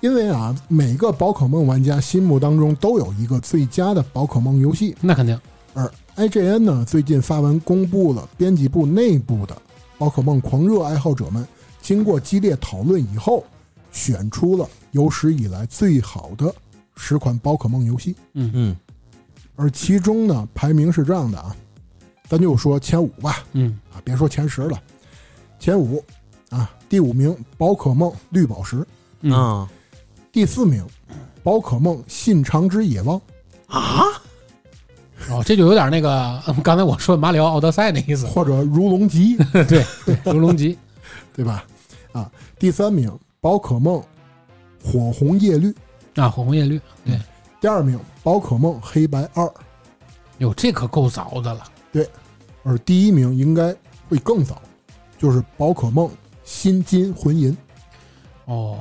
Speaker 2: 因为啊，每个宝可梦玩家心目当中都有一个最佳的宝可梦游戏，
Speaker 3: 那肯定。
Speaker 2: 而 IGN 呢最近发文公布了编辑部内部的宝可梦狂热爱好者们经过激烈讨论以后，选出了有史以来最好的十款宝可梦游戏，
Speaker 1: 嗯
Speaker 2: 而其中呢排名是这样的啊，咱就说前五吧，
Speaker 3: 嗯
Speaker 2: 啊，别说前十了，前五啊，第五名宝可梦绿宝石，
Speaker 3: 嗯
Speaker 1: 啊
Speaker 2: 第四名宝可梦信长之野望，
Speaker 1: 啊，
Speaker 3: 哦，这就有点那个嗯刚才我说马里奥奥德赛那意思，
Speaker 2: 或者如龙吉，
Speaker 3: 对 对，如龙吉，
Speaker 2: 对吧？啊，第三名宝可梦火红叶绿，
Speaker 3: 啊，火红叶绿，对，
Speaker 2: 第二名宝可梦黑白二，
Speaker 3: 哟，这可够早的了，
Speaker 2: 而第一名应该会更早，就是宝可梦新金魂银。
Speaker 3: 哦，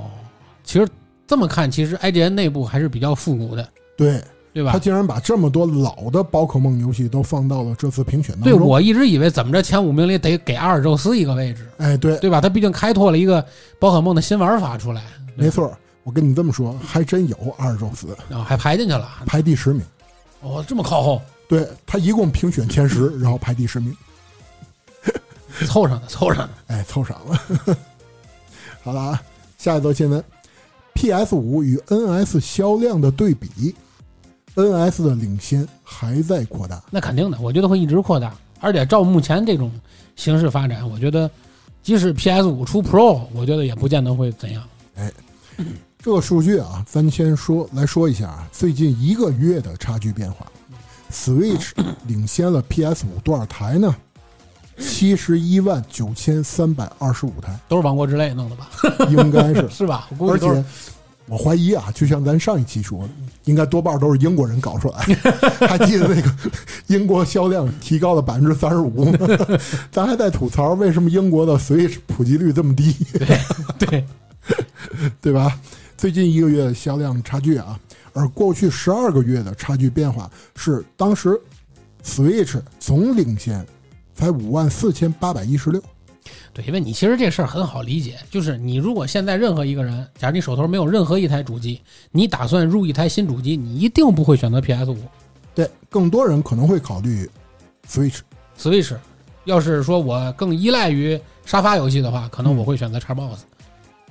Speaker 3: 其实这么看，其实 IGN 内部还是比较复古的，
Speaker 2: 对
Speaker 3: 对
Speaker 2: 他
Speaker 3: 吧？
Speaker 2: 竟然把这么多老的宝可梦游戏都放到了这次评选当
Speaker 3: 对
Speaker 2: 中，
Speaker 3: 我一直以为怎么着前五名里得给阿尔宙斯一个位置，
Speaker 2: 哎，对，
Speaker 3: 对吧？他毕竟开拓了一个宝可梦的新玩法出来，
Speaker 2: 没错儿，我跟你这么说，还真有二宙斯
Speaker 3: 然后还排进去了，
Speaker 2: 排第十名，
Speaker 3: 哦，这么靠后，
Speaker 2: 对他一共评选前十，然后排第十名，
Speaker 3: 凑上的凑上的，
Speaker 2: 哎，凑上了。 好了啊，下一则新闻：PS 五与 NS 销量的对比，NS 的领先还在扩大。
Speaker 3: 那肯定的，我觉得会一直扩大，而且照目前这种形势发展，我觉得即使 PS 五出 Pro，我觉得也不见得会怎样。
Speaker 2: 这个数据啊，咱先说来说一下啊，最近一个月的差距变化。Switch 领先了 PS 五多少台呢？七十一万九千三百二十五台，
Speaker 3: 都是王国之泪弄的吧？。
Speaker 2: 应该是
Speaker 3: 是吧？我估
Speaker 2: 而
Speaker 3: 计都是
Speaker 2: 且我怀疑啊，就像咱上一期说的，应该多半都是英国人搞出来。 还记得那个英国销量提高了百分之三十五吗？ 咱还在吐槽为什么英国的 Switch 普及率这么低，
Speaker 3: 对，
Speaker 2: 对吧？最近一个月的销量差距啊，而过去十二个月的差距变化是当时 Switch 总领先，才五万四千八百一十六。
Speaker 3: 对，因为你其实这事儿很好理解，就是你如果现在任何一个人，假如你手头没有任何一台主机，你打算入一台新主机，你一定不会选择 PS 五、
Speaker 2: 对，更多人可能会考虑 Switch。
Speaker 3: Switch。要是说我更依赖于沙发游戏的话，可能我会选择 Xbox，、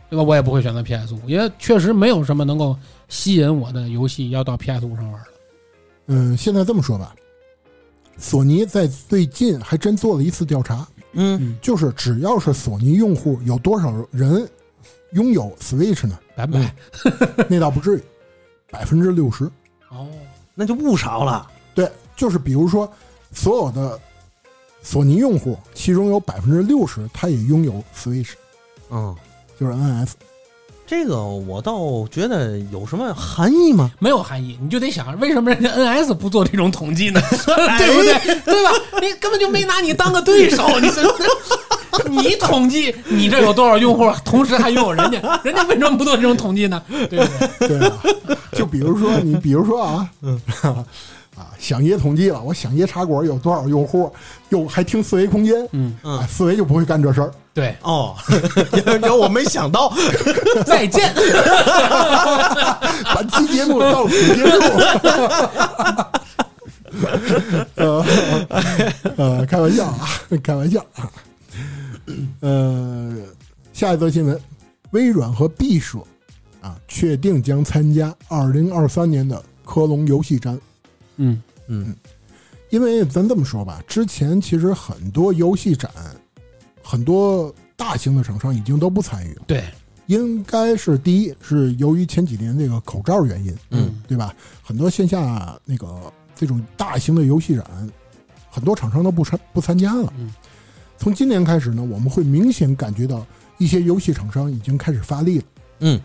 Speaker 3: 对吧？我也不会选择 PS 五，因为确实没有什么能够吸引我的游戏要到 PS 五上玩了。
Speaker 2: 嗯，现在这么说吧，索尼在最近还真做了一次调查，
Speaker 1: 嗯
Speaker 2: 就是只要是索尼用户有多少人拥有 Switch 呢？
Speaker 3: 百买、
Speaker 2: 那倒不至于，百分之六十。
Speaker 3: 哦，
Speaker 1: 那就不少了。
Speaker 2: 对，就是比如说所有的索尼用户，其中有百分之六十他也拥有 Switch，
Speaker 1: 嗯，
Speaker 2: 就是 NS。
Speaker 1: 这个我倒觉得有什么含义吗？
Speaker 3: 没有含义，你就得想为什么人家 NS 不做这种统计 呢？对不对？对吧？你根本就没拿你当个对手，你这 你统计你这有多少用户，同时还拥有人 家，人家为什么不做这种统计呢？对不对？
Speaker 2: 对吧？就比如说你，比如说啊， 啊，响爷统计了，我响爷茶馆有多少用户，又还听四维空间，
Speaker 3: 嗯
Speaker 1: 嗯
Speaker 2: 啊，四维就不会干这事儿。
Speaker 3: 对，
Speaker 1: 哦， 有有我没想到，
Speaker 3: 再见。
Speaker 2: 本期节目到此结束。呃呃，开玩笑啊，开玩笑啊。呃，下一则新闻，微软和毕设啊确定将参加二零二三年的科隆游戏展。
Speaker 3: 嗯
Speaker 1: 嗯
Speaker 2: 因为咱这么说吧，之前其实很多游戏展，很多大型的厂商已经都不参与了。
Speaker 3: 对，
Speaker 2: 应该是第一是由于前几年这个口罩原因，
Speaker 1: 嗯，
Speaker 2: 对吧？很多线下那个这种大型的游戏展，很多厂商都不参不参加了。
Speaker 3: 嗯
Speaker 2: 从今年开始呢，我们会明显感觉到一些游戏厂商已经开始发力了，
Speaker 1: 嗯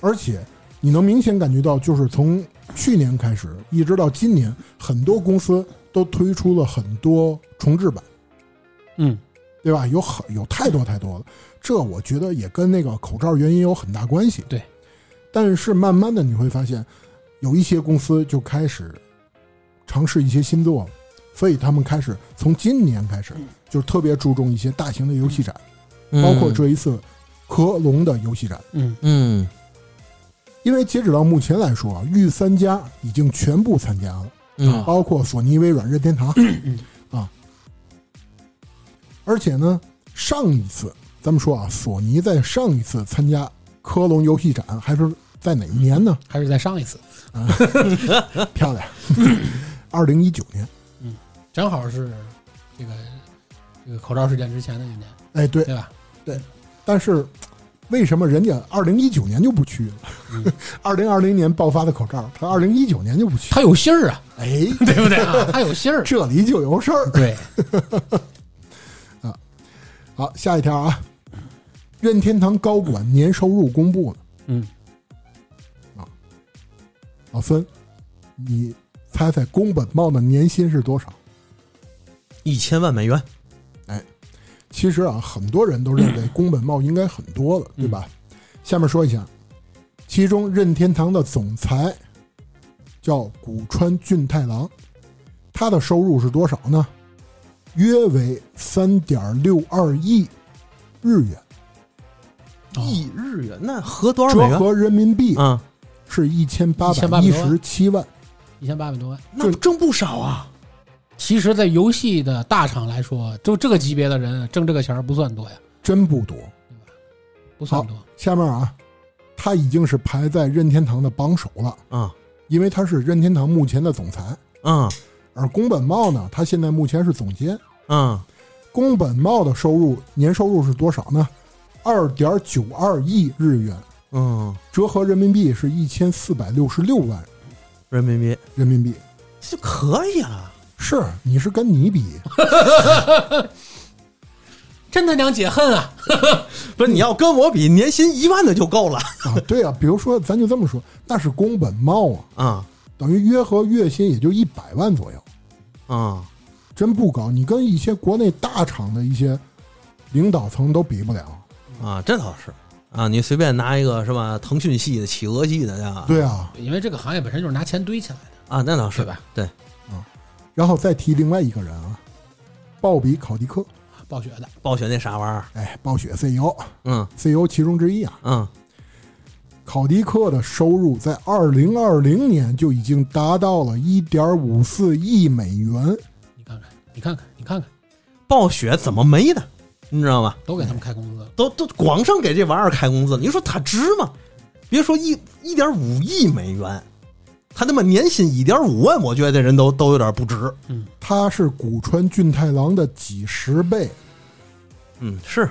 Speaker 2: 而且你能明显感觉到，就是从去年开始一直到今年，很多公司都推出了很多重置版。
Speaker 3: 嗯，
Speaker 2: 对吧？有很有太多太多了，这我觉得也跟那个口罩原因有很大关系。
Speaker 3: 对，
Speaker 2: 但是慢慢的你会发现，有一些公司就开始尝试一些新作，所以他们开始从今年开始就特别注重一些大型的游戏展，
Speaker 1: 嗯
Speaker 2: 包括这一次科隆的游戏展。
Speaker 3: 嗯
Speaker 1: 嗯
Speaker 2: 因为截止到目前来说啊，御三家已经全部参加了。
Speaker 1: 嗯
Speaker 2: 啊包括索尼、微软、任天堂啊。而且呢，上一次咱们说啊，索尼在上一次参加科隆游戏展还是在哪一年呢？
Speaker 3: 还是再上一次，
Speaker 2: 漂亮，二零一九年。
Speaker 3: 正好是这个这个口罩事件之前的一年，
Speaker 2: 哎，对，
Speaker 3: 对吧？
Speaker 2: 但是为什么人家二零一九年就不去了
Speaker 3: 嗯？
Speaker 2: 二零二零年爆发的口罩，他二零一九年就不去。
Speaker 3: 他有信儿啊，
Speaker 2: 哎，
Speaker 3: 对不对啊？他有信儿。
Speaker 2: 这里就有事儿。
Speaker 3: 对，
Speaker 2: 好，下一条啊，任天堂高管年收入公布了。啊
Speaker 3: 嗯，
Speaker 2: 老孙，你猜猜宫本茂的年薪是多少？
Speaker 1: 一千万美元，
Speaker 2: 其实啊，很多人都认 为宫本茂应该很多了，
Speaker 1: 嗯
Speaker 2: 对吧？下面说一下，其中任天堂的总裁叫古川俊太郎，他的收入是多少呢？约为三点六二亿日元，
Speaker 3: 哦
Speaker 1: 一日元那合多少美
Speaker 2: 折
Speaker 1: 元？
Speaker 2: 合人民币
Speaker 1: 啊，
Speaker 2: 是一千八百一十七万。
Speaker 3: 一千八百多万。
Speaker 1: 那挣不少啊。
Speaker 3: 其实，在游戏的大厂来说，就这个级别的人挣这个钱儿不算多呀，
Speaker 2: 真不多。
Speaker 3: 不算多。
Speaker 2: 下面啊，他已经是排在任天堂的榜首了。
Speaker 1: 啊
Speaker 2: 因为他是任天堂目前的总裁，
Speaker 1: 啊
Speaker 2: 而宫本茂呢，他现在目前是总监。
Speaker 1: 啊！
Speaker 2: 宫本茂的收入年收入是多少呢？二点九二亿日元，
Speaker 1: 嗯，
Speaker 2: 折合人民币是一千四百六十六万
Speaker 1: 人民币
Speaker 2: 人民币，
Speaker 1: 这就可以了。
Speaker 2: 是，你是跟你比，
Speaker 3: 真他娘解恨啊！
Speaker 1: 不是你要跟我比，年薪一万的就够了
Speaker 2: 啊，对啊，比如说，咱就这么说，那是宫本茂啊，
Speaker 1: 啊
Speaker 2: 等于约合月薪也就一百万左右，
Speaker 1: 啊！
Speaker 2: 真不高。你跟一些国内大厂的一些领导层都比不了。
Speaker 1: 啊，这倒是啊，你随便拿一个是吧？腾讯系的、企鹅系的呀，
Speaker 2: 对啊，
Speaker 3: 因为这个行业本身就是拿钱堆起来的，
Speaker 1: 啊，那倒是
Speaker 3: 对吧？
Speaker 1: 对，
Speaker 2: 然后再提另外一个人啊，鲍比考迪克，
Speaker 3: 暴雪的
Speaker 1: 暴雪那啥玩意儿，
Speaker 2: 哎，暴雪 CEO，CEO
Speaker 1: 嗯
Speaker 2: 其中之一啊。
Speaker 1: 嗯，
Speaker 2: 考迪克的收入在二零二零年就已经达到了一点五四亿美元，
Speaker 3: 你看看，你看看，你看看，
Speaker 1: 暴雪怎么没的？你知道吗？
Speaker 3: 都给他们开工资了。
Speaker 1: 都都光剩给这玩意儿开工资了，你说它值吗？别说一一点五亿美元，他他妈年薪一点五万，我觉得这人都都有点不值。
Speaker 3: 嗯
Speaker 2: 他是古川俊太郎的几十倍。
Speaker 1: 嗯，是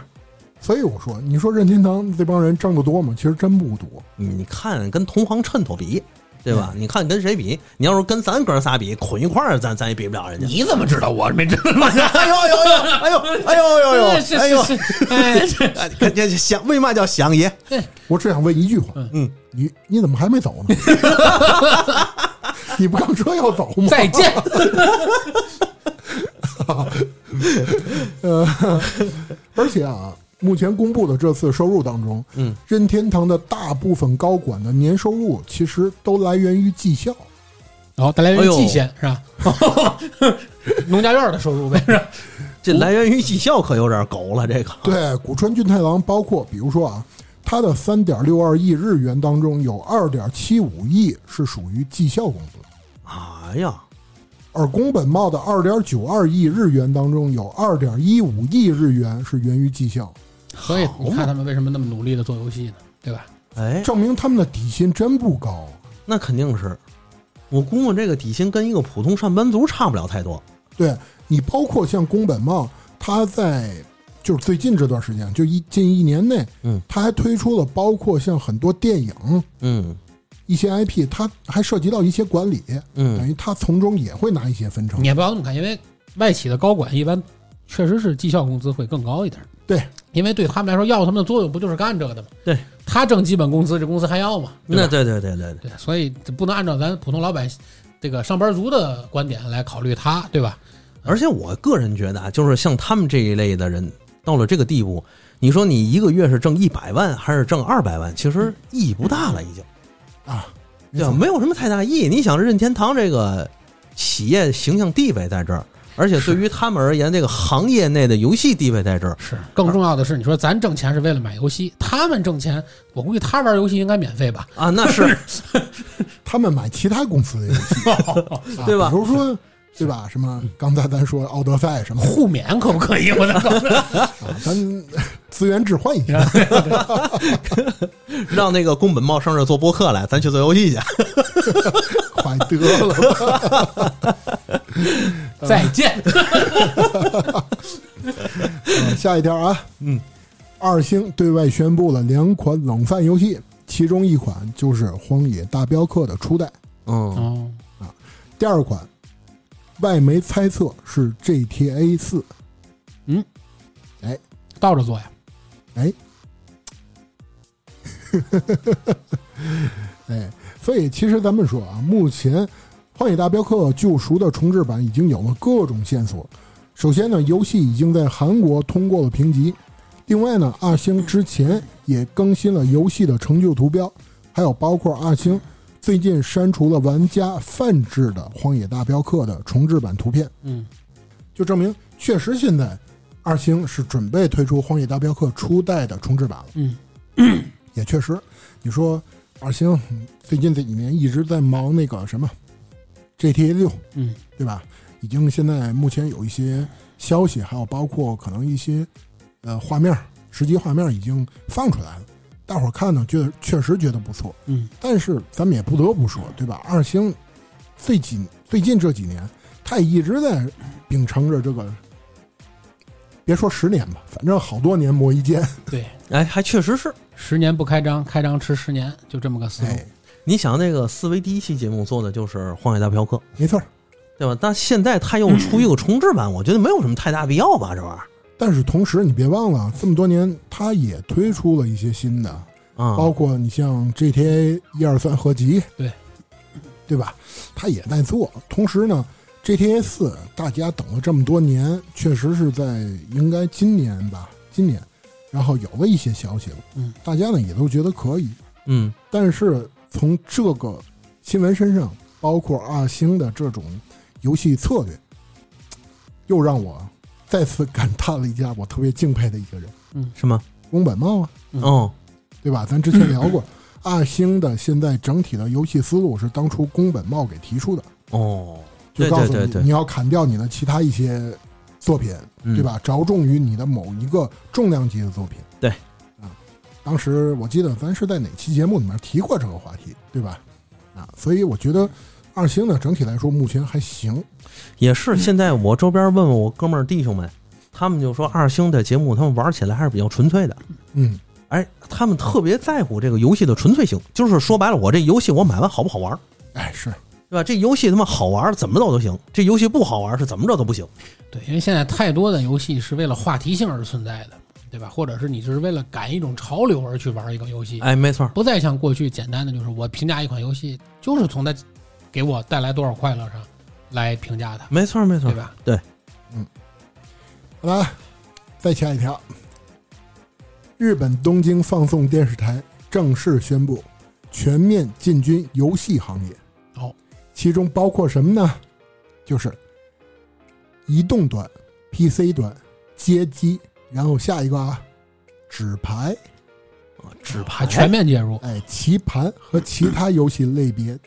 Speaker 2: 所以我说，你说任天堂这帮人挣得多吗？其实真不多。
Speaker 1: 你你看跟同行衬头比，对吧？
Speaker 3: 嗯
Speaker 1: 你看跟谁比？你要是跟咱哥仨比，捆一块儿，咱咱也比不了人家。
Speaker 3: 你怎么知道我没知 道？
Speaker 1: 哎呦哎呦哎 呦哎呦哎呦哎呦
Speaker 3: 是
Speaker 1: 哎呦！
Speaker 3: 是嗯是，哎，是
Speaker 1: 哎，看这想为嘛叫想爷？
Speaker 2: 我只想问一句话，
Speaker 1: 嗯，
Speaker 2: 你你怎么还没走呢？ 你不刚说要走吗？
Speaker 3: 再 见。
Speaker 2: 而且啊，目前公布的这次收入当中，
Speaker 1: 嗯，
Speaker 2: 任天堂的大部分高管的年收入其实都来源于啊绩效。
Speaker 3: 然后带来
Speaker 1: 哎
Speaker 3: 源于
Speaker 1: 呦
Speaker 3: 蓟县是吧？ 农家院的收 入呗是吧？
Speaker 1: 这来源于绩效可有点狗了，这个
Speaker 2: 对，古川俊太郎包括，比如说啊，他的三点六二亿日元当中有二点七五亿是属于绩效工资，
Speaker 1: 哎呀，
Speaker 2: 而宫本茂的二点九二亿日元当中有二点一五亿日元是源于绩效，
Speaker 3: 所以你看他们为什么那么努力的做游戏呢？对吧？
Speaker 1: 哎，
Speaker 2: 证明他们的底薪真不高。
Speaker 1: 那肯定是。我估摸这个底薪跟一个普通上班族差不了太多。
Speaker 2: 对你，包括像宫本茂，他在就是最近这段时间，就一近一年内，
Speaker 1: 嗯，
Speaker 2: 他还推出了包括像很多电影、
Speaker 1: 嗯
Speaker 2: 一些 IP，他还涉及到一些管理，等
Speaker 1: 嗯，
Speaker 2: 于他从中也会拿一些分成
Speaker 3: 你。也不要那么看，因为外企的高管一般确实是绩效工资会更高一点。
Speaker 2: 对，
Speaker 3: 因为对他们来说，要他们的作用不就是干这个的吗？
Speaker 1: 对，
Speaker 3: 他挣基本工资，这公司还要吗？对吧
Speaker 1: 那对对对对对，
Speaker 3: 对，所以这不能按照咱普通老百姓这个上班族的观点来考虑他，对吧？
Speaker 1: 而且我个人觉得啊，就是像他们这一类的人，到了这个地步，你说你一个月是挣一百万还是挣二百万，其实意义不大了，已经，
Speaker 2: 啊，
Speaker 1: 对嗯吧？没有什么太大意义。你想，任天堂这个企业形象地位在这儿，而且对于他们而言，这个行业内的游戏地位在这儿，
Speaker 3: 是，更重要的是，你说咱挣钱是为了买游戏，他们挣钱，我估计他玩游戏应该免费吧？
Speaker 1: 啊，那是
Speaker 2: 他们买其他公司的游 戏，啊
Speaker 1: 对吧
Speaker 2: 比如说，对吧？什么？刚才咱说《奥德赛》什么的，
Speaker 3: 互免可不可以？我的天！
Speaker 2: 啊 咱资源置换一下。
Speaker 1: 让那个宫本茂上这做播客来，咱去做游戏去。
Speaker 2: 快得了吧！
Speaker 3: 再见。
Speaker 2: 啊下一条啊，
Speaker 1: 嗯，
Speaker 2: 二星对外宣布了两款冷饭游戏，其中一款就是《荒野大镖客》的初代，
Speaker 1: 嗯
Speaker 3: 哦，
Speaker 2: 第二款，外媒猜测是 GTA 四。
Speaker 3: 倒着做呀。
Speaker 2: 哎，所以其实咱们说啊，目前《荒野大镖客：救赎》的重置版已经有了各种线索。首先呢，游戏已经在韩国通过了评级。另外呢，二星之前也更新了游戏的成就图标，还有包括二星最近删除了玩家泛制的《荒野大镖客》的重置版图片，
Speaker 3: 嗯，
Speaker 2: 就证明确实现在二星是准备推出《荒野大镖客》初代的重置版了。
Speaker 3: 嗯，
Speaker 2: 也确实，你说二星嗯最近这几年一直在忙那个什么 GTA 六，
Speaker 3: 嗯，
Speaker 2: 对吧？已经现在目前有一些消息，还有包括可能一些呃画面儿实际画面儿已经放出来了，大伙儿看呢，觉得确实觉得不错。
Speaker 3: 嗯，
Speaker 2: 但是咱们也不得不说，对吧？二星最近最近这几年，他也一直在秉承着这个，别说十年吧，反正好多年磨一剑。
Speaker 3: 对，
Speaker 1: 哎，还确实是。
Speaker 3: 十年不开张，开张吃十年，就这么个思路。
Speaker 2: 哎，
Speaker 1: 你想，那个四维第一期节目做的就是《荒野大镖客》，
Speaker 2: 没错儿，
Speaker 1: 对吧？但现在他又出一个重置
Speaker 2: 嗯
Speaker 1: 版，我觉得没有什么太大必要吧，这玩意儿
Speaker 2: 但是同时，你别忘了，这么多年它也推出了一些新的，
Speaker 1: 啊、
Speaker 2: 包括你像 GTA 一二三合集，
Speaker 3: 对
Speaker 2: 对吧？它也在做。同时呢，GTA 四大家等了这么多年，确实是在应该今年吧，今年，然后有了一些消息了，
Speaker 3: 嗯，
Speaker 2: 大家呢也都觉得可以。
Speaker 1: 嗯
Speaker 2: 但是从这个新闻身上，包括二星的这种游戏策略，又让我再次感叹了一下我特别敬佩的一个人
Speaker 1: 是吗？
Speaker 2: ——宫本茂啊，
Speaker 3: 嗯
Speaker 1: 哦，
Speaker 2: 对吧？咱之前聊
Speaker 1: 嗯
Speaker 2: 过， 二星的现在整体的游戏思路是当初宫本茂给提出的，
Speaker 1: 哦，
Speaker 2: 就
Speaker 1: 对
Speaker 2: 告
Speaker 1: 对
Speaker 2: 诉
Speaker 1: 对
Speaker 2: 你
Speaker 1: 对
Speaker 2: 你，要砍掉你的其他一些作品，
Speaker 1: 嗯
Speaker 2: 对？吧？着重于你的某一个重量级的作品。
Speaker 1: 对
Speaker 2: 啊，当时我记得咱是在哪期节目里面提过这个话题，对吧？啊，所以我觉得二星呢整体来说目前还行。
Speaker 1: 也是现在我周边问问我哥们儿弟兄们，他们就说二星的节目他们玩起来还是比较纯粹的，
Speaker 2: 嗯，
Speaker 1: 哎，他们特别在乎这个游戏的纯粹性，就是说白了，我这游戏我买完好不好玩儿，
Speaker 2: 哎，是
Speaker 1: 对吧？这游戏他妈好玩儿怎么着都行，这游戏不好玩儿是怎么着都不行。
Speaker 3: 对，因为现在太多的游戏是为了话题性而存在的，对吧？或者是你就是为了赶一种潮流而去玩一个游戏，
Speaker 1: 哎，没错儿，
Speaker 3: 不再像过去简单的就是我评价一款游戏，就是从它给我带来多少快乐上来评价它，
Speaker 1: 没错儿，没错
Speaker 3: 对
Speaker 1: 儿。
Speaker 3: 吧？
Speaker 2: 好吧，再下一条。日本东京放送电视台正式宣布全面进军游戏行业。
Speaker 3: 哦，
Speaker 2: 其中包括什么呢？就是移动端、PC 端、街机，然后下一个啊，纸牌、
Speaker 1: 纸牌
Speaker 3: 还全面介入，
Speaker 2: 哎，棋盘和其他游戏类别。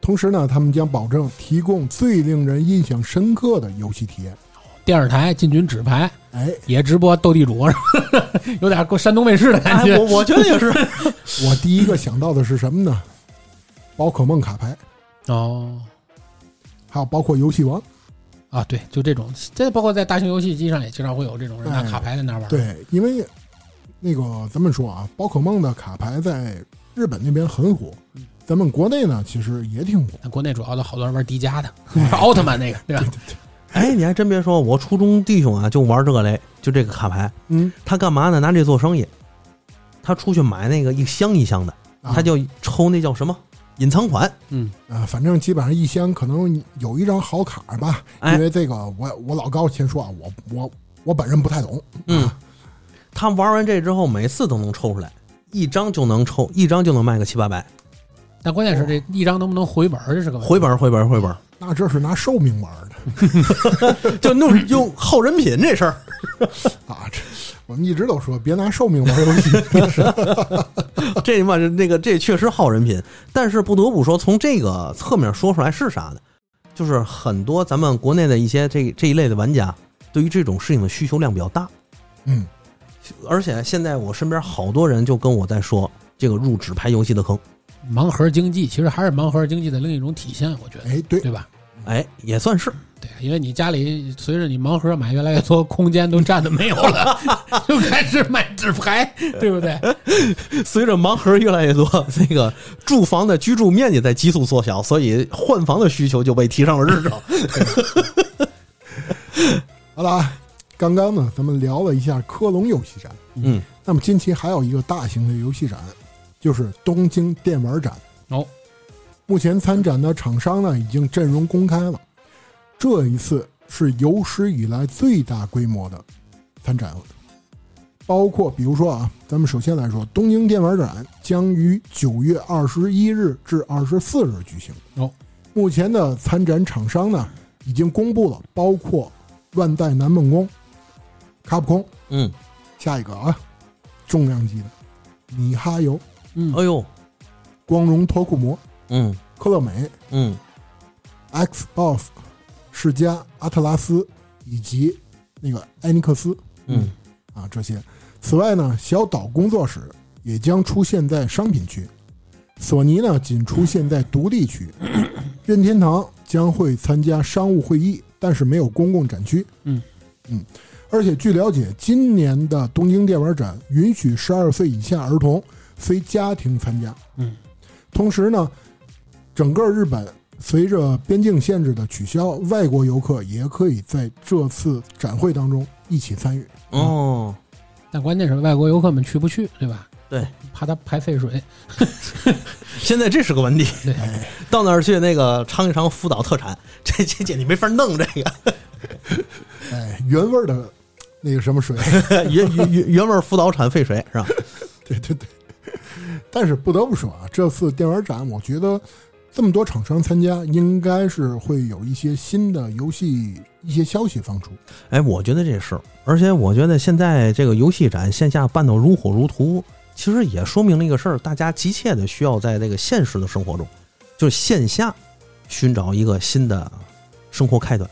Speaker 2: 同时呢，他们将保证提供最令人印象深刻的游戏体验。
Speaker 3: 电视台进军纸牌，
Speaker 2: 哎，
Speaker 3: 也直播斗地主， 有点过山东卫视的感
Speaker 1: 哎，
Speaker 3: 觉。
Speaker 1: 我我觉得也是。
Speaker 2: 我第一个想到的是什么 呢？宝可梦卡牌，
Speaker 3: 哦
Speaker 2: 还有包括游戏王。
Speaker 3: 啊，对，就这种，这包括在大型游戏机上也经常会有这种人拿
Speaker 2: 哎
Speaker 3: 卡牌在那玩。，
Speaker 2: 对，因为那个咱们说啊，宝可梦的卡牌在日本那边很火，
Speaker 3: 嗯
Speaker 2: 咱们国内呢其实也挺火。
Speaker 3: 那国内主要的好多人玩迪迦的，玩奥特曼那个，对吧？
Speaker 1: 哎，你还真别说，我初中弟兄啊，就玩这个嘞，就这个卡牌。
Speaker 2: 嗯，
Speaker 1: 他干嘛呢？拿这做生意。他出去买那个一箱一箱的，
Speaker 2: 啊
Speaker 1: 他就抽那叫什么隐藏款。
Speaker 3: 嗯，
Speaker 2: 啊，反正基本上一箱可能有一张好卡儿吧，
Speaker 1: 哎
Speaker 2: 因为这个我我老高先说啊，我我我本人不太懂，
Speaker 1: 嗯，他玩完这之后，每次都能抽出来一张，就能抽一张就能卖个七八百，
Speaker 3: 但关键是这一张能不能回本儿，这是个问题
Speaker 1: 回本儿回本儿回本儿，
Speaker 2: 那这是拿寿命玩儿
Speaker 1: 就弄用耗人品这事儿。
Speaker 2: 的啊，这我们一直都说别拿寿命玩儿游戏，
Speaker 1: 这他妈是那个这确实耗人品，但是不得不说，从这个侧面说出来是啥呢？就是很多咱们国内的一些这这一类的玩家，对于这种事情的需求量比较大，
Speaker 2: 嗯，
Speaker 1: 而且现在我身边好多人就跟我在说这个入纸牌游戏的坑，
Speaker 3: 盲盒经济其实还是盲盒经济的另一种体现，我觉得，
Speaker 2: 哎，对，
Speaker 3: 对吧？
Speaker 1: 哎，也算是
Speaker 3: 对，啊因为你家里随着你盲盒买越来越多，空间都占的没有 了，就开始买纸牌，对不对？
Speaker 1: 随着盲盒越来越多，那个住房的居住面积在急速缩小，所以换房的需求就被提上了日程。
Speaker 2: 好了啊，刚刚呢咱们聊了一下科隆游戏展，
Speaker 1: 嗯，
Speaker 2: 那么近期还有一个大型的游戏展，就是东京电玩展，
Speaker 3: 哦，
Speaker 2: 目前参展的厂商呢已经阵容公开了，这一次是有史以来最大规模的参展，包括比如说啊，咱们首先来说，东京电玩展将于九月二十一日至二十四日举行。
Speaker 3: 哦，
Speaker 2: 目前的参展厂商呢已经公布了，包括万代南梦宫、卡普空，
Speaker 1: 嗯，
Speaker 2: 下一个啊，重量级的米哈游、
Speaker 3: 嗯，
Speaker 1: 哎呦，
Speaker 2: 光荣脱库摩、
Speaker 1: 嗯
Speaker 2: 科乐美、
Speaker 1: 嗯，
Speaker 2: Xbox、世嘉、阿特拉斯以及那个艾尼克斯，
Speaker 1: 嗯，
Speaker 2: 啊这些。此外呢，小岛工作室也将出现在商品区，索尼呢仅出现在独立区，任天堂将会参加商务会议，但是没有公共展区。
Speaker 3: 嗯
Speaker 2: 嗯，而且据了解，今年的东京电玩展允许十二岁以下儿童非家庭参加。
Speaker 3: 嗯，
Speaker 2: 同时呢，整个日本随着边境限制的取消，外国游客也可以在这次展会当中一起参与。
Speaker 1: 哦，
Speaker 3: 但关键是外国游客们去不去，对吧？
Speaker 1: 对，
Speaker 3: 怕他排废水。
Speaker 1: 现在这是个问题。
Speaker 3: 对，
Speaker 1: 到那儿去那个尝一尝福岛特产， 这这这你没法弄这个
Speaker 2: 哎，原味儿的那个什么水，
Speaker 1: 原原原原味儿福岛产废水是吧？
Speaker 2: 对对对。但是不得不说啊，这次电玩展，我觉得这么多厂商参加，应该是会有一些新的游戏、一些消息放出。
Speaker 1: 哎，我觉得这是，而且我觉得现在这个游戏展线下办得如火如荼，其实也说明了一个事儿：大家急切的需要在这个现实的生活中，就是线下寻找一个新的生活开端，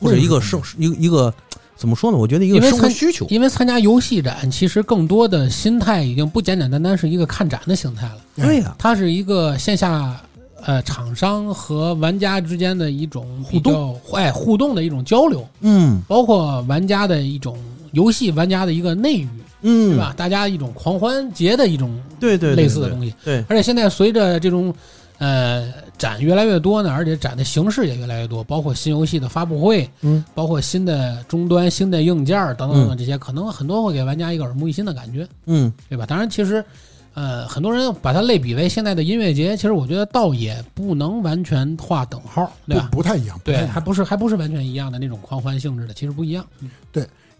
Speaker 1: 或者一个生一个一个怎么说呢？我觉得一
Speaker 3: 因
Speaker 1: 个
Speaker 3: 为
Speaker 1: 生活
Speaker 3: 参
Speaker 1: 需求。
Speaker 3: 因为参加游戏展，其实更多的心态已经不简简单单是一个看展的形态了，
Speaker 1: 对呀、
Speaker 3: 它是一个线下呃厂商和玩家之间的一种比较哎互动的一种交流，
Speaker 1: 嗯
Speaker 3: 包括玩家的一种游戏玩家的一个内娱，
Speaker 1: 嗯，
Speaker 3: 对？吧？大家一种狂欢节的一种
Speaker 1: 对对对
Speaker 3: 类似的东西。
Speaker 1: 对，
Speaker 3: 而且现在随着这种呃展越来越多呢，而且展的形式也越来越多，包括新游戏的发布会，
Speaker 2: 嗯，
Speaker 3: 包括新的终端、新的硬件儿等等等等这些，可能很多会给玩家一个耳目一新的感觉，
Speaker 1: 嗯
Speaker 3: 对吧？当然，其实呃很多人把它类比为现在的音乐节，其实我觉得倒也不能完全画等号，对啊吧？
Speaker 2: 不不太一样，不太一
Speaker 3: 对，
Speaker 2: 样
Speaker 3: 还不是还不是完全一样的那种狂欢性质的，其实不一样。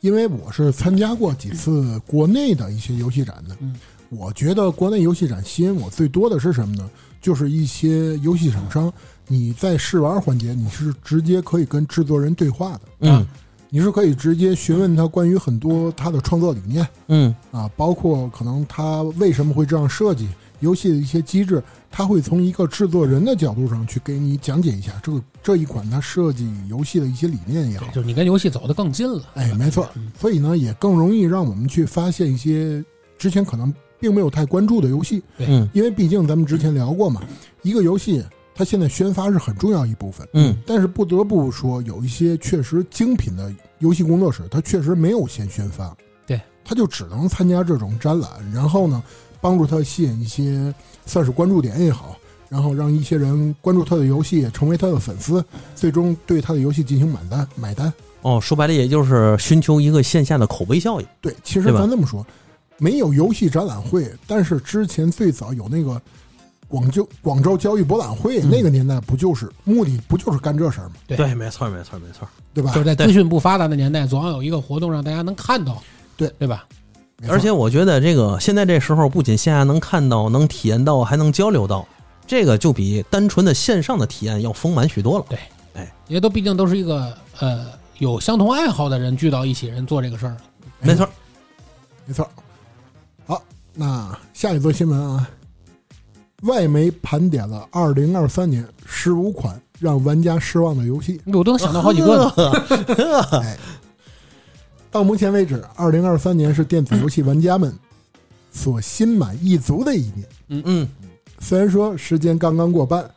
Speaker 2: 因为我是参加过几次国内的一些游戏展的，
Speaker 3: 嗯
Speaker 2: 我觉得国内游戏展吸引我最多的是什么呢？就是一些游戏厂商，你在试玩环节你是直接可以跟制作人对话的，啊
Speaker 1: 嗯
Speaker 2: 你是可以直接询问他关于很多他的创作理念
Speaker 1: 嗯
Speaker 2: 啊，包括可能他为什么会这样设计，游戏的一些机制，他会从一个制作人的角度上去给你讲解一下这个这一款他设计游戏的一些理念也好
Speaker 3: 对，。就是你跟游戏走得更近了。
Speaker 2: 哎，没错，所以呢，也更容易让我们去发现一些之前可能并没有太关注的游戏，
Speaker 1: 嗯
Speaker 2: 因为毕竟咱们之前聊过嘛，一个游戏它现在宣发是很重要一部分，
Speaker 1: 嗯
Speaker 2: 但是不得不说，有一些确实精品的游戏工作室，它确实没有先宣发，
Speaker 3: 对，
Speaker 2: 它就只能参加这种展览，然后呢，帮助它吸引一些算是关注点也好。然后让一些人关注他的游戏，成为他的粉丝，最终对他的游戏进行买单买单。
Speaker 1: 哦，说白了，也就是寻求一个线下的口碑效应。
Speaker 2: 对，其实
Speaker 1: 对吧
Speaker 2: 咱这么说，没有游戏展览会，但是之前最早有那个广州广州交易博览会，
Speaker 1: 嗯
Speaker 2: 那个年代不就是目的不就是干这事儿吗？
Speaker 3: 对
Speaker 1: 没错，没错，没错。
Speaker 2: 啊对吧
Speaker 3: 就？是在
Speaker 1: 对
Speaker 3: 资讯不发达的年代，总要有一个活动让大家能看到，
Speaker 2: 对
Speaker 3: 对吧？
Speaker 2: 没错
Speaker 1: 而且我觉得这个现在这时候，不仅线下能看到、能体验到，还能交流到，这个就比单纯的线上的体验要丰满许多了。
Speaker 3: 因为都毕竟都是一个呃有相同爱好的人聚到一起，人做这个事儿。
Speaker 1: 没错，
Speaker 2: 没错。好，那下一则新闻啊，外媒盘点了二零二三年十五款让玩家失望的游戏。
Speaker 3: 我都能想到好几个呢。
Speaker 2: 到目前为止，二零二三年是电子游戏玩家们所心满意足的一年。
Speaker 1: 嗯，
Speaker 2: 虽然说时间刚刚过半，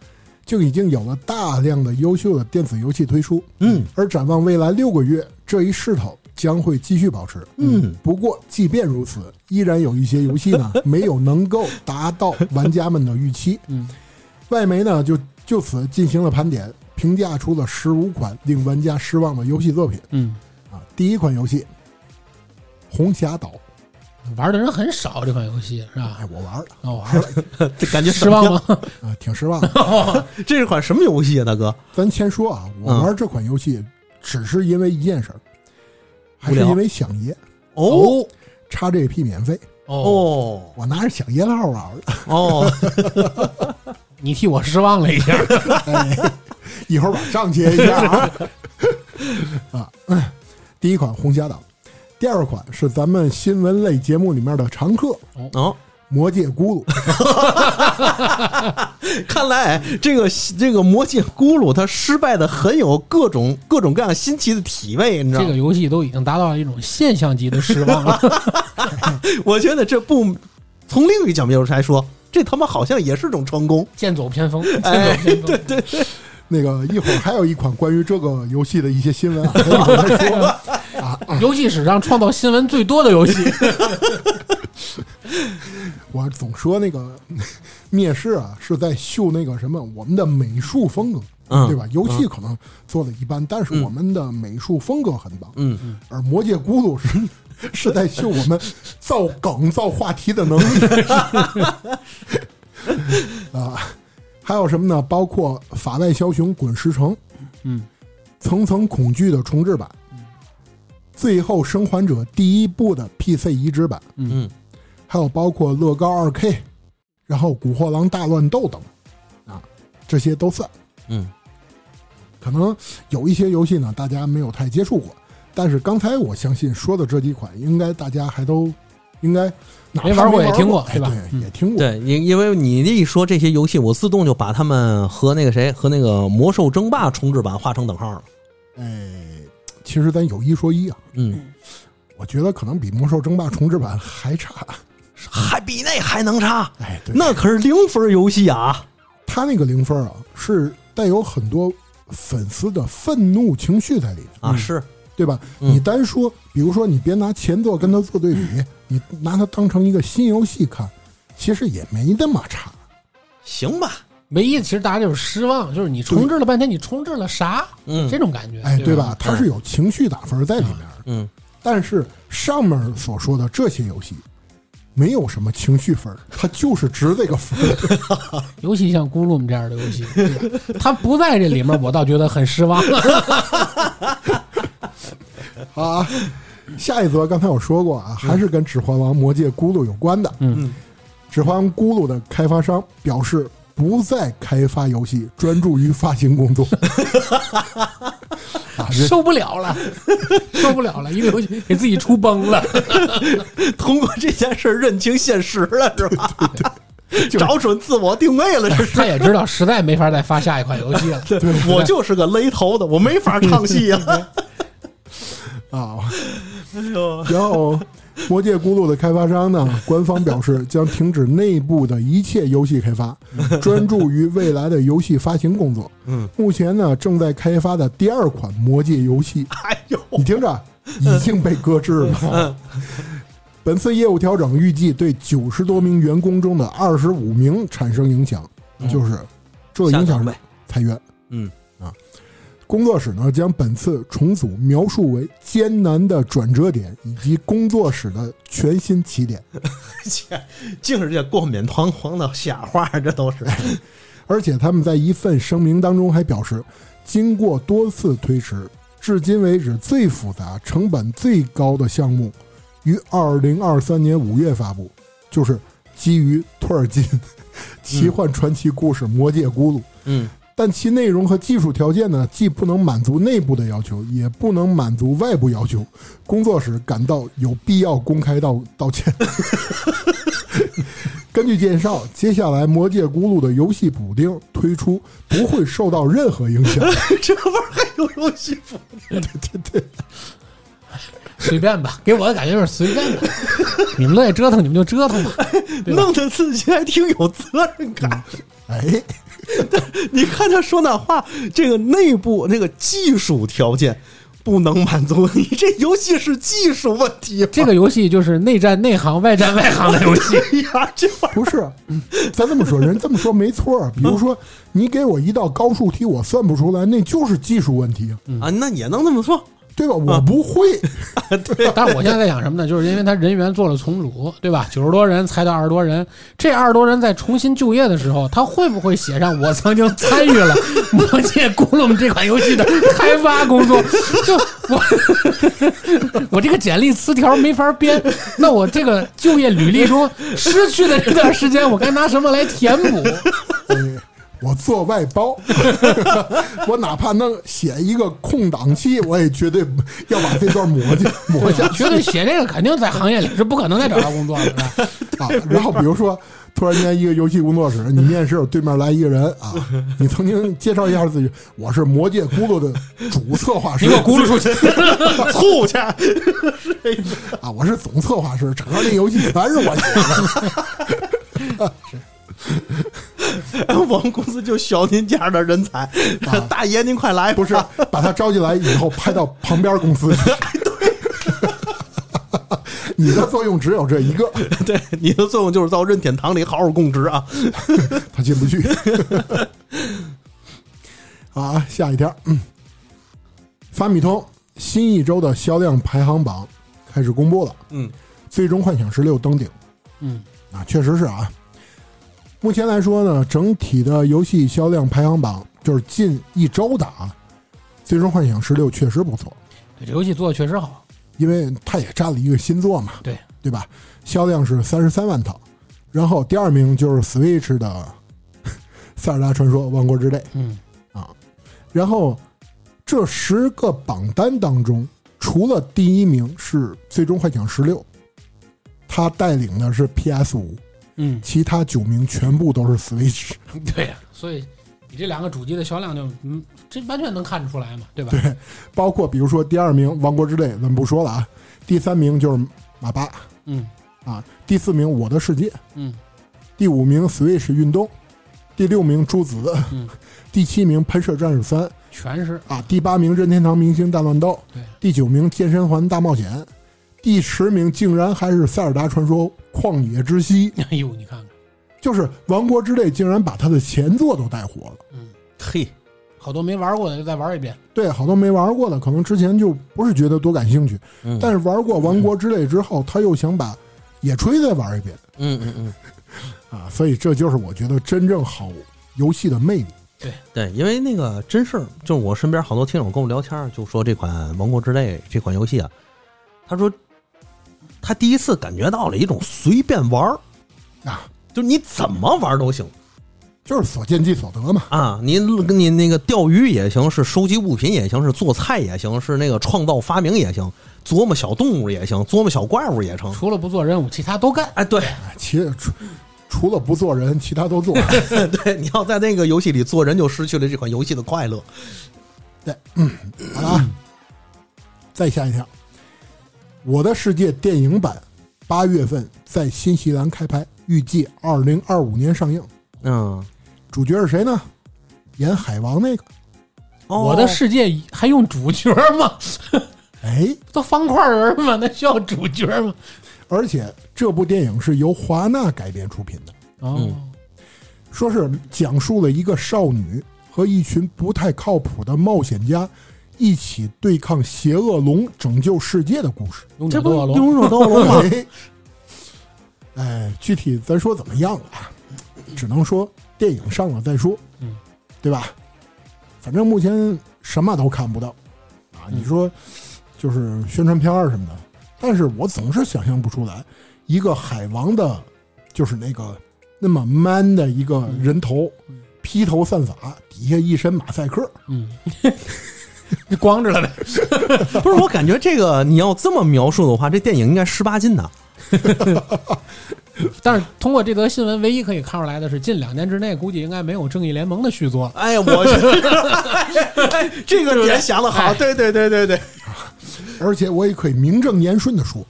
Speaker 2: 就已经有了大量的优秀的电子游戏推出，
Speaker 1: 嗯，
Speaker 2: 而展望未来六个月，这一势头将会继续保持，
Speaker 1: 嗯。
Speaker 2: 不过，即便如此，依然有一些游 戏呢没有能够达到玩家们的预期。
Speaker 3: 嗯，
Speaker 2: 外媒呢就就此进行了盘点，评价出了十五款令玩家失望的游戏作品
Speaker 3: 嗯，
Speaker 2: 啊。第一款游戏《红霞岛》，
Speaker 3: 玩的人很少这款游戏是吧？
Speaker 2: 哎，我玩了
Speaker 3: 那我玩了，
Speaker 1: 这感觉
Speaker 3: 失望
Speaker 1: 吗？
Speaker 3: 吗？
Speaker 2: 啊，挺失望的。
Speaker 1: 这是款什么游戏啊，大哥？
Speaker 2: 咱先说啊，我玩这款游戏只是因为一件事儿，还
Speaker 1: 嗯无
Speaker 2: 是
Speaker 1: 聊
Speaker 2: 因为想爷
Speaker 1: 哦
Speaker 2: 叉 GP 免费，
Speaker 3: 哦，
Speaker 1: 哦
Speaker 2: 我拿着想爷的号玩的。
Speaker 1: 哦，
Speaker 3: 你替我失望了一下。
Speaker 2: 哎， 一会儿把账结一下 啊。啊，嗯第一款《红霞岛》，第二款是咱们新闻类节目里面的常客《
Speaker 1: 哦，
Speaker 2: 魔界咕噜》。
Speaker 1: 看来这个这个魔界咕噜它失败的很有各种各种各样新奇的体味，你知道
Speaker 3: 这
Speaker 1: 吗
Speaker 3: 个？游戏都已经达到了一种现象级的失望了。
Speaker 1: 我觉得这不从另一 个角度来说，这他妈好像也是种成功。
Speaker 3: 剑走偏锋，剑
Speaker 1: 哎
Speaker 3: 走偏锋。
Speaker 1: 对对，
Speaker 2: 那个一会儿还有一款关于这个游戏的一些新闻啊，咱一会儿再说啊。
Speaker 3: 游戏史上创造新闻最多的游戏，
Speaker 2: 我总说那个 灭世啊，是在秀那个什么我们的美术风格，
Speaker 1: 嗯
Speaker 2: 对吧？游戏可能做的一般，但是我们的美术风格很棒。
Speaker 1: 嗯，
Speaker 2: 而魔界咕噜是 是在秀我们造梗、造话题的能力 啊。还有什么呢？包括《法外枭雄滚石城》，
Speaker 3: 嗯，
Speaker 2: 层层恐惧的重置版，最后生还者第一部的 PC 移植版，
Speaker 1: 嗯，
Speaker 2: 还有包括乐高二 K，然后古惑狼大乱斗等，啊，这些都算。
Speaker 1: 嗯，
Speaker 2: 可能有一些游戏呢，大家没有太接触过，但是刚才我相信说的这几款，应该大家还都应该哪怕
Speaker 3: 没玩过
Speaker 2: 过
Speaker 3: 也听过
Speaker 2: 过，
Speaker 3: 对吧
Speaker 2: 哎
Speaker 3: 嗯
Speaker 2: 对，也听过。
Speaker 1: 对，因因为你一说这些游戏，我自动就把他们和那个谁和那个《魔兽争霸》重置版画成等号了。
Speaker 2: 哎，其实咱有一说一啊，
Speaker 1: 嗯，
Speaker 2: 我觉得可能比《魔兽争霸》重置版还差。
Speaker 1: 还比那还能差？
Speaker 2: 哎，对，
Speaker 1: 那可是零分游戏啊！
Speaker 2: 他那个零分啊，是带有很多粉丝的愤怒情绪在里面
Speaker 1: 啊，是，
Speaker 2: 对吧？
Speaker 1: 嗯
Speaker 2: 你单说，比如说你别拿前作跟它做对比，你拿它当成一个新游戏看，其实也没那么差。
Speaker 1: 行吧？
Speaker 3: 唯一其实大家就是失望，就是你重置了半天，你重置了啥？
Speaker 1: 嗯
Speaker 3: 这种感觉，
Speaker 2: 哎，对
Speaker 3: 对
Speaker 2: 吧？？它是有情绪打分在里面的，
Speaker 1: 嗯，
Speaker 2: 但是上面所说的这些游戏，没有什么情绪分儿，它就是值这个分儿。
Speaker 3: 尤其像《咕噜》这样的游戏，对吧它不在这里面，我倒觉得很失望。
Speaker 1: 啊
Speaker 2: 好啊，下一则刚才我说过啊，还是跟《指环王》《魔戒》《咕噜》有关的。
Speaker 3: 嗯
Speaker 2: 《指环王》《咕噜》的开发商表示不再开发游戏，专注于发行工作。啊，这
Speaker 3: 受不了了，受不了了，一个游戏给自己出崩了。
Speaker 1: 通过这件事儿认清现实了，是 吧？
Speaker 2: 就是
Speaker 1: 找准自我定位了，这
Speaker 3: 他也知道实在没法再发下一款游戏了。
Speaker 1: 是。我就是个勒头的，我没法唱戏 啊！
Speaker 2: 啊， 然后《魔界咕噜》的开发商呢，官方表示将停止内部的一切游戏开发，专注于未来的游戏发行工作。
Speaker 1: 嗯，
Speaker 2: 目前呢正在开发的第二款《魔界》游戏，
Speaker 1: 哎呦，
Speaker 2: 你 听着，
Speaker 1: 嗯
Speaker 2: 已经被搁置了。 本次业务调整预计对九十多名员工中的二十五名产生影响，就是这影响
Speaker 1: 嗯下岗
Speaker 2: 是
Speaker 1: 呗
Speaker 2: 裁员。
Speaker 1: 嗯
Speaker 2: 啊，工作室呢将本次重组描述为艰难的转折点以及工作室的全新起点，
Speaker 1: 切 竟是这冠冕堂皇的瞎话，这都是。
Speaker 2: 而且他们在一份声明当中还表示，经过多次推迟，至今为止最复杂、成本最高的项目于二零二三年五月发布，就是基于托尔金《 奇幻传奇故事魔界咕噜》
Speaker 1: 嗯
Speaker 2: 但其内容和技术条件呢，既不能满足内部的要求，也不能满足外部要求。工作室感到有必要公开道道歉。根据介绍，接下来《魔界咕噜》的游戏补丁推出不会受到任何影响。
Speaker 1: 这玩意儿还有游戏服？
Speaker 3: 随便吧，给我的感觉就是随便吧。你们乐意折腾，你们就折腾吧。对吧
Speaker 1: 弄得自己还挺有责任感。
Speaker 2: 哎，
Speaker 3: 嗯
Speaker 1: 你看他说那话，这个内部那个技术条件不能满足你，这游戏是技术问题吗。
Speaker 3: 这个游戏就是内战内行，外战外行的游戏。
Speaker 1: 哎呀，这玩意
Speaker 2: 不是，咱这么说，人这么说没错儿。比如说，你给我一道高数题，我算不出来，那就是技术问题，
Speaker 3: 嗯
Speaker 1: 儿啊，那也能这么说。
Speaker 2: 对吧？我不会。
Speaker 3: 但是我现在在想什么呢？就是因为他人员做了重组，对吧？九十多人裁到二十多人，这二十多人在重新就业的时候，他会不会写上我曾经参与了《魔界咕噜》这款游戏的开发工作？就我我这个简历词条没法编，那我这个就业履历中失去的这段时间，我该拿什么来填补？
Speaker 2: 哎我做外包，我哪怕弄写一个空档期，我也绝对不要把这段磨去磨下去
Speaker 3: 觉得写这个肯定在行业里是不可能再找到工作了，是吧？
Speaker 2: 啊。然后比如说，突然间一个游戏工作室，你面试，对面来一个人啊，你曾经介绍一下自己，我是魔界咕噜的主策 划师，
Speaker 3: 你给我咕噜出去！
Speaker 1: 醋去，
Speaker 2: 啊，我是总策划师，整个那游戏全是我写的。
Speaker 1: 哎我们公司就需要您这样的人才，
Speaker 3: 啊
Speaker 1: 大爷您快来！
Speaker 2: 不是把他招进来以后派到旁边公司去。你的作用只有这一个，
Speaker 1: 对，你的作用就是到任天堂里好好供职啊！
Speaker 2: 他进不去。啊，下一条，嗯，法米通新一周的销量排行榜开始公布了，
Speaker 1: 嗯，
Speaker 2: 最终幻想十六登顶。
Speaker 3: 嗯，
Speaker 2: 啊，确实是啊。目前来说呢，整体的游戏销量排行榜就是近一周的啊，《最终幻想十六》确实不错，
Speaker 3: 对，这游戏做的确实好。
Speaker 2: 因为它也占了一个新作嘛，
Speaker 3: 对
Speaker 2: 对吧？销量是三十三万套，然后第二名就是 Switch 的 《塞尔达传说：王国之泪》，啊
Speaker 3: 嗯，
Speaker 2: 然后这十个榜单当中，除了第一名是《最终幻想十六》，它带领的是 PS 五，
Speaker 3: 嗯，
Speaker 2: 其他九名全部都是 Switch。
Speaker 3: 对呀、所以你这两个主机的销量就，嗯，这完全能看得出来嘛，对吧？
Speaker 2: 对，包括比如说第二名《王国之泪》，咱们不说了啊。第三名就是马八
Speaker 3: 嗯
Speaker 2: 啊，第四名《我的世界》，
Speaker 3: 嗯，
Speaker 2: 第五名 Switch 运动，第六名朱子，
Speaker 3: 嗯
Speaker 2: 第七名喷射战士三
Speaker 3: 全是
Speaker 2: 啊，第八名任天堂明星大乱斗，
Speaker 3: 对，
Speaker 2: 第九名健身环大冒险，第十名竟然还是塞尔达传说旷野之息，
Speaker 3: 哎呦，你看看，
Speaker 2: 就是王国之泪竟然把他的前作都带火了。
Speaker 3: 嗯，
Speaker 1: 嘿，
Speaker 3: 好多没玩过的就再玩一遍。
Speaker 2: 对，好多没玩过的，可能之前就不是觉得多感兴趣，
Speaker 1: 嗯
Speaker 2: 但是玩过《王国之泪》之后，他又想把野炊再玩一遍
Speaker 1: 嗯嗯嗯，
Speaker 2: 啊，所以这就是我觉得真正好游戏的魅力。
Speaker 1: 对，因为那个真事儿，就是我身边好多听友跟我聊天儿，就说这款《王国之泪》这款游戏啊，他说他第一次感觉到了一种随便玩儿
Speaker 2: 啊，
Speaker 1: 就是你怎么玩儿都行
Speaker 2: 就是所见即所得嘛。
Speaker 1: 啊，你你那个钓鱼也行，是收集物品也行，是做菜也行，是那个创造发明也行，琢磨小动物也行，琢磨小怪物也成。
Speaker 3: 除了不做任务，其他都干。
Speaker 1: 哎，对
Speaker 2: 哎其实除除了不做人，其他都做。
Speaker 1: 对，你要在那个游戏里做人，就失去了这款游戏的快乐。
Speaker 2: 好了啊，再下一条，《我的世界》电影版八月份在新西兰开拍，预计二零二五年上映。
Speaker 1: 嗯，
Speaker 2: 主角是谁呢？演海王那个。
Speaker 1: 哦
Speaker 3: 我的世界还用主角吗？
Speaker 2: 哎，
Speaker 3: 都方块人吗？那需要主角吗？
Speaker 2: 而且这部电影是由华纳改编出品的。
Speaker 3: 哦，
Speaker 1: 嗯
Speaker 2: 说是讲述了一个少女和一群不太靠谱的冒险家一起对抗邪恶龙、拯救世界的故事。
Speaker 3: 勇
Speaker 1: 这不
Speaker 3: 者斗恶
Speaker 1: 《
Speaker 3: 龙，
Speaker 1: 勇者斗恶龙》吗？
Speaker 2: 哎，哎，具体咱说怎么样啊？只能说电影上了再说，
Speaker 3: 嗯，
Speaker 2: 对吧？反正目前什么都看不到啊。
Speaker 3: 嗯
Speaker 2: 你说就是宣传片儿什么的，但是我总是想象不出来一个海王的，就是那个那么 man 的一个人头
Speaker 3: 嗯嗯，
Speaker 2: 披头散发，底下一身马赛克，
Speaker 3: 嗯，就光着了呗。
Speaker 1: 不是，我感觉这个你要这么描述的话，这电影应该十八禁的。
Speaker 3: 但是通过这则新闻，唯一可以看出来的是，近两年之内估计应该没有正义联盟的续 作了。
Speaker 1: 哎呀，我哎 这个点想的好，对对对对对，
Speaker 2: 而且我也可以名正言顺的说，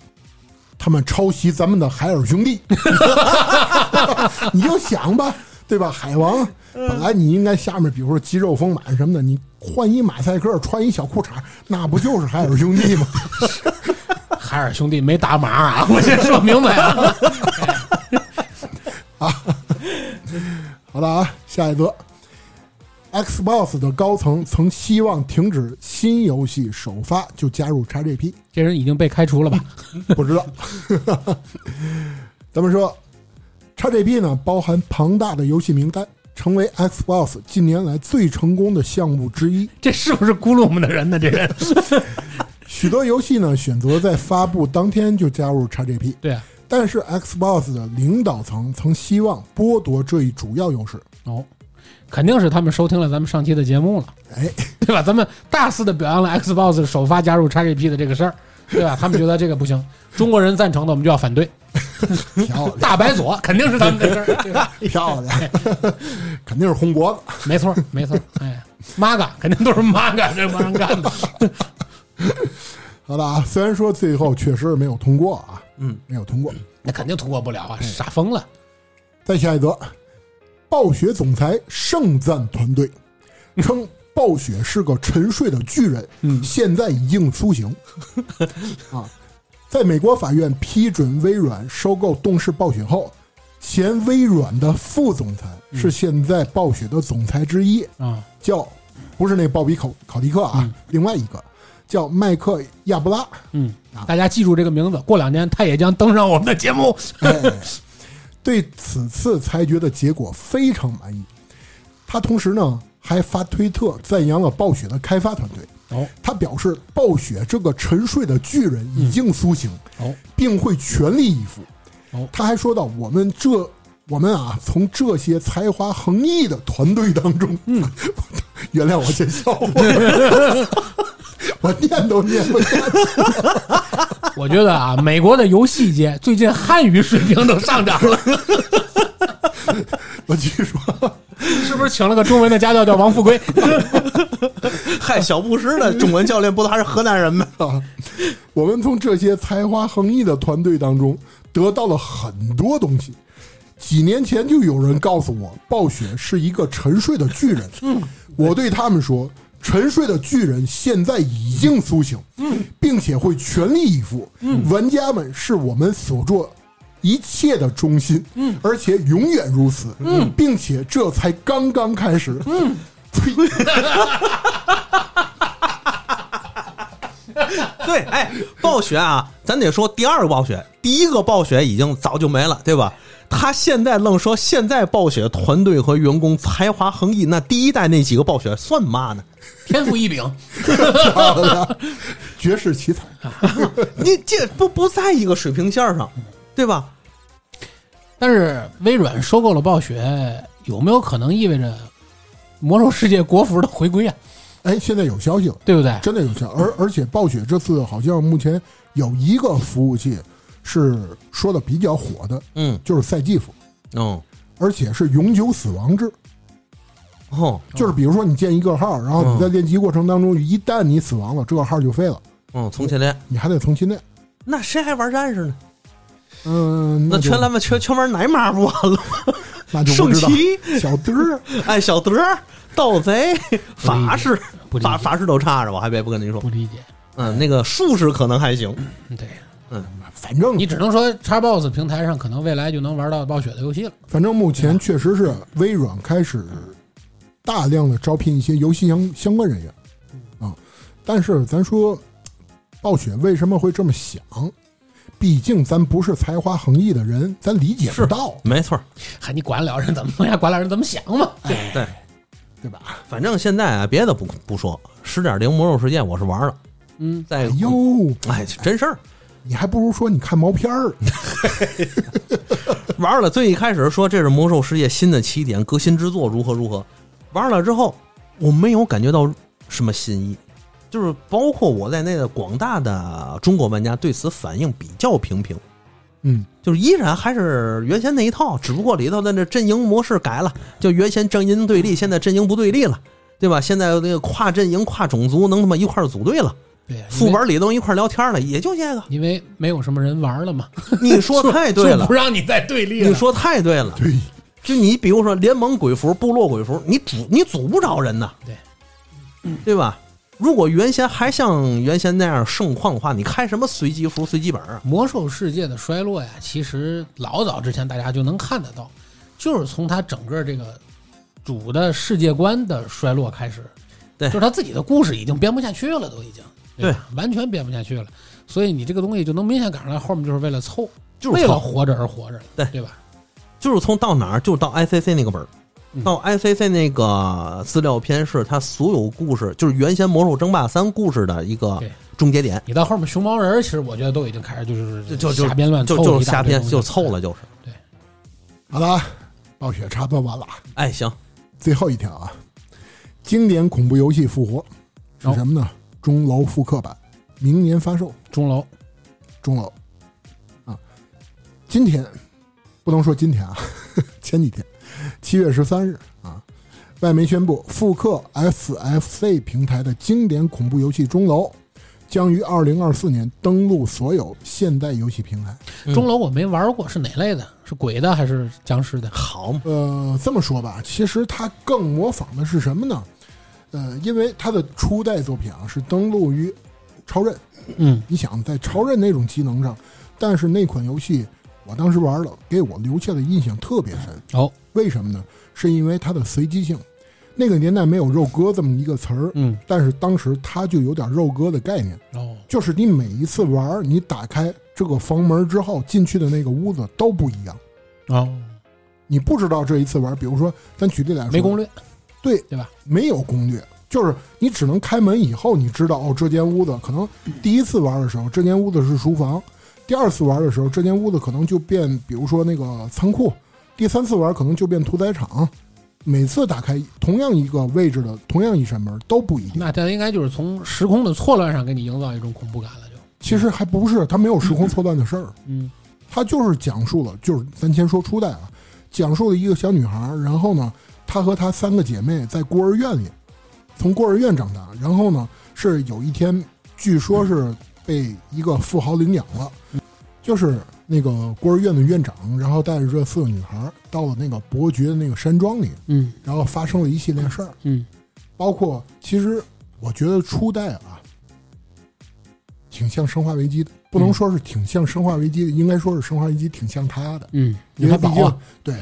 Speaker 2: 他们抄袭咱们的海尔兄弟。 你就想吧，对吧？海王本来你应该下面，比如说肌肉丰满什么的，你换一马赛克，穿一小裤衩，那不就是海尔兄弟吗？
Speaker 3: 海尔兄弟没打码啊，我先说明白啊。
Speaker 2: 好了啊，下一则。Xbox 的高层曾希望停止新游戏首发就加入 XGP，
Speaker 3: 这人已经被开除了 吧？
Speaker 2: 不知道。 咱们说，XGP 呢包含庞大的游戏名单，成为 Xbox 近年来最成功的项目之一。
Speaker 3: 这是不是咕噜我们的人呢？这人
Speaker 2: 许多游戏呢选择在发布当天就加入 XGP，
Speaker 3: 对啊，
Speaker 2: 但是 Xbox 的领导层曾希望剥夺这一主要优势。
Speaker 3: 哦，肯定是他们收听了咱们上期的节目了，
Speaker 2: 哎，
Speaker 3: 对吧？咱们大肆的表扬了 Xbox 首发加入 XGP 的这个事儿，对吧？他们觉得这个不行，中国人赞成的我们就要 反对，
Speaker 2: 漂亮，
Speaker 3: 大白左肯定是他们的事 儿，对吧？
Speaker 2: 漂亮，肯定是红脖子。
Speaker 3: 没错，没错，哎，玛嘎肯定都是玛嘎这帮人干 的，
Speaker 2: 好了啊，虽然说最后确实没有通过啊，
Speaker 1: 嗯，
Speaker 2: 没有通过。
Speaker 3: 那肯定通过不了啊，傻疯了。
Speaker 2: 再下一则暴雪总裁盛赞团队，称暴雪是个沉睡的巨人，
Speaker 3: 嗯
Speaker 2: 现在已经苏 醒。啊，在美国法院批准微软收购动视暴雪后，前微软的副总裁
Speaker 3: 嗯
Speaker 2: 是现在暴雪的总裁之一，
Speaker 3: 啊，
Speaker 2: 叫不是那鲍比考考迪克啊，
Speaker 3: 嗯
Speaker 2: 另外一个叫麦克亚布拉。
Speaker 3: 嗯
Speaker 2: 啊，
Speaker 3: 大家记住这个名字，过两年他也将登上我们的节目。
Speaker 2: 哎，对此次裁决的结果非常满意。他同时呢还发推特赞扬了暴雪的开发团队。
Speaker 3: 哦
Speaker 2: 他表示，暴雪这个沉睡的巨人已经苏醒，
Speaker 3: 嗯哦，
Speaker 2: 并会全力以赴。
Speaker 3: 哦
Speaker 2: 他还说到，我们这我们啊，从这些才华横溢的团队当中，嗯， 原谅我这笑话， 我念都念不下去。
Speaker 3: 我觉得啊，美国的游戏界最近汉语水平都上涨 了，
Speaker 2: 我继续说，
Speaker 3: 是不是请了个中文的家教叫王富贵？
Speaker 1: 嗨，小布什的中文教练不都还是河南人吗？
Speaker 2: 啊，我们从这些才华横溢的团队当中得到了很多东西。几年前就有人告诉我，暴雪是一个沉睡的巨人。 嗯，我对他们说，沉睡的巨人现在已经苏醒，嗯，并且会全力以赴。嗯，玩家们是我们所做一切的中心，嗯，而且永远如此。嗯，并且这才刚刚开始。 嗯，呸。
Speaker 1: 对，哎，暴雪啊，咱得说第二个暴雪，第一个暴雪已经早就没了，对吧？他现在愣说现在暴雪团队和员工才华横溢，那第一代那几个暴雪算嘛呢？
Speaker 3: 天赋异禀，
Speaker 2: 漂亮，绝世奇才。
Speaker 1: 你这不不在一个水平线上，对吧？
Speaker 3: 但是微软收购了暴雪，有没有可能意味着魔兽世界国服的回归啊？
Speaker 2: 哎，现在有消息了，
Speaker 3: 对不对？
Speaker 2: 真的有消息，而而且暴雪这次好像目前有一个服务器是说的比较火的，
Speaker 1: 嗯
Speaker 2: 就是赛季服，
Speaker 1: 嗯
Speaker 2: 而且是永久死亡制，
Speaker 1: 哦
Speaker 2: 就是比如说你建一个号，然后你在练级过程当中，一旦你死亡了，这个号就废了，
Speaker 1: 嗯，从前练，
Speaker 2: 你还得重新练。
Speaker 1: 那谁还玩战士呢？
Speaker 2: 嗯，
Speaker 1: 那
Speaker 2: 就
Speaker 1: 全他们全全玩奶妈不完了吗？
Speaker 2: 那就
Speaker 1: 圣
Speaker 2: 不知道
Speaker 1: 骑、
Speaker 2: 小德儿，
Speaker 1: 哎小德、盗贼、法师，
Speaker 3: 不理
Speaker 1: 法
Speaker 3: 解，
Speaker 1: 法师都差着，我还别不跟您说
Speaker 3: 不。理解。
Speaker 1: 嗯，那个术士可能还行。
Speaker 3: 嗯对
Speaker 2: 反正
Speaker 3: 你只能说 Xbox 平台上可能未来就能玩到暴雪的游戏了。
Speaker 2: 反正目前确实是微软开始大量的招聘一些游戏相相关人员啊，但是咱说暴雪为什么会这么想？毕竟咱不是才华横溢的人，咱理解不到，
Speaker 1: 没错儿，
Speaker 3: 嗨，你管得了人怎么弄呀？管得了人怎么想嘛？哎
Speaker 1: 对，
Speaker 2: 对吧？
Speaker 1: 反正现在啊，别的不不说，十点零魔兽世界我是玩了，
Speaker 3: 嗯，
Speaker 1: 在
Speaker 2: 哎呦，
Speaker 1: 哎真事儿
Speaker 2: 你还不如说你看毛片儿，
Speaker 1: 玩了。最一开始说这是魔兽世界新的起点，革新之作如何如何，玩了之后我没有感觉到什么新意，就是包括我在内的广大的中国玩家对此反应比较平平。
Speaker 2: 嗯，
Speaker 1: 就是依然还是原先那一套，只不过里头的那阵营模式改了，就原先阵营对立，现在阵营不对立了，对吧？现在那个跨阵营、跨种族能他妈一块儿组队了，
Speaker 3: 对啊呀，因为。
Speaker 1: 副本里头一块儿聊天了，也就这个
Speaker 3: 因为没有什么人玩 了嘛。
Speaker 1: 你说太对
Speaker 3: 就
Speaker 1: 了
Speaker 3: 不，让你再对立了。
Speaker 1: 你说太对了。
Speaker 2: 对，
Speaker 1: 就你比如说联盟鬼服、部落鬼服，你组你组不着人呐，
Speaker 3: 对，
Speaker 1: 对吧？如果原先还像原先那样盛况的话，你开什么随机服、随机本啊？
Speaker 3: 魔兽世界的衰落呀，其实老早之前大家就能看得到，就是从它整个这个主的世界观的衰落开始，
Speaker 1: 对
Speaker 3: 就是他自己的故事已经编不下去了，都已经
Speaker 1: 对
Speaker 3: 吧完全编不下去了。所以你这个东西就能明显感受到，后面就是为了凑，
Speaker 1: 就是
Speaker 3: 为了
Speaker 1: 凑
Speaker 3: 活着而活着了，
Speaker 1: 对
Speaker 3: 对吧？
Speaker 1: 就是从到哪儿就到 ICC 那个本儿
Speaker 3: 嗯，
Speaker 1: 到 ICC 那个资料片是它所有故事，就是原先《魔兽争霸三》故事的一个
Speaker 3: 对
Speaker 1: 终结点，
Speaker 3: 你到后面熊猫人儿，其实我觉得都已经开始就是
Speaker 1: 就就就
Speaker 3: 瞎编乱
Speaker 1: 就
Speaker 3: 凑，
Speaker 1: 就是瞎编就凑。了，就是。
Speaker 2: 好了，暴雪差不多完了，
Speaker 1: 哎，行，
Speaker 2: 最后一条啊，经典恐怖游戏复活是什么呢？钟楼复刻版，明年发售。
Speaker 3: 钟楼
Speaker 2: 钟楼啊，今天不能说今天啊， 前几天，七月十三日啊，外媒宣布复刻 SFC 平台的经典恐怖游戏《钟楼》，将于二零二四年登陆所有现代游戏平台。
Speaker 1: 嗯
Speaker 3: 钟楼我没玩过，是哪类的？是鬼的还是僵尸的？
Speaker 1: 好嘛，
Speaker 2: 呃，这么说吧，其实它更模仿的是什么呢？呃，因为它的初代作品啊是登陆于超任，
Speaker 3: 嗯
Speaker 2: 你想在超任那种机能上，但是那款游戏我当时玩了，给我留下的印象特别深。
Speaker 3: 哦，
Speaker 2: 为什么呢？是因为它的随机性。那个年代没有“肉鸽”这么一个词儿，
Speaker 3: 嗯
Speaker 2: 但是当时它就有点“肉鸽”的概念，
Speaker 3: 哦，
Speaker 2: 就是你每一次玩儿，你打开这个房门之后进去的那个屋子都不一样。
Speaker 3: 哦，
Speaker 2: 你不知道这一次玩儿，比如说，咱举例来说，
Speaker 3: 没攻略，
Speaker 2: 对
Speaker 3: 对吧？
Speaker 2: 没有攻略，就是你只能开门以后你知道哦，这间屋子可能
Speaker 3: 嗯
Speaker 2: 第一次玩的时候，这间屋子是厨房；第二次玩的时候，这间屋子可能就变，比如说那个仓库；第三次玩可能就变屠宰场。每次打开同样一个位置的同样一扇门都不一样，
Speaker 3: 那它应该就是从时空的错乱上给你营造一种恐怖感了，就
Speaker 2: 其实还不是它没有时 空错乱的事儿，
Speaker 3: 嗯
Speaker 2: 它就是讲述了，就是咱先说初代啊，讲述了一个小女孩儿，然后呢，她和她三个姐妹在孤儿院里，从孤儿院长大，然后呢，是有一天，据说是被一个富豪领养了，就是那个孤儿院的院长，然后带着这四个女孩儿到了那个伯爵的那个山庄里，
Speaker 3: 嗯
Speaker 2: 然后发生了一系列事儿，
Speaker 3: 嗯
Speaker 2: 包括其实我觉得初代啊，挺像《生化危机》的，不能
Speaker 3: 嗯
Speaker 2: 说是挺像《生化危机》的，应该说是《生化危机》挺像它的，
Speaker 3: 嗯，
Speaker 2: 因为
Speaker 3: 它
Speaker 2: 毕
Speaker 3: 早
Speaker 2: 竟
Speaker 3: 啊，
Speaker 2: 对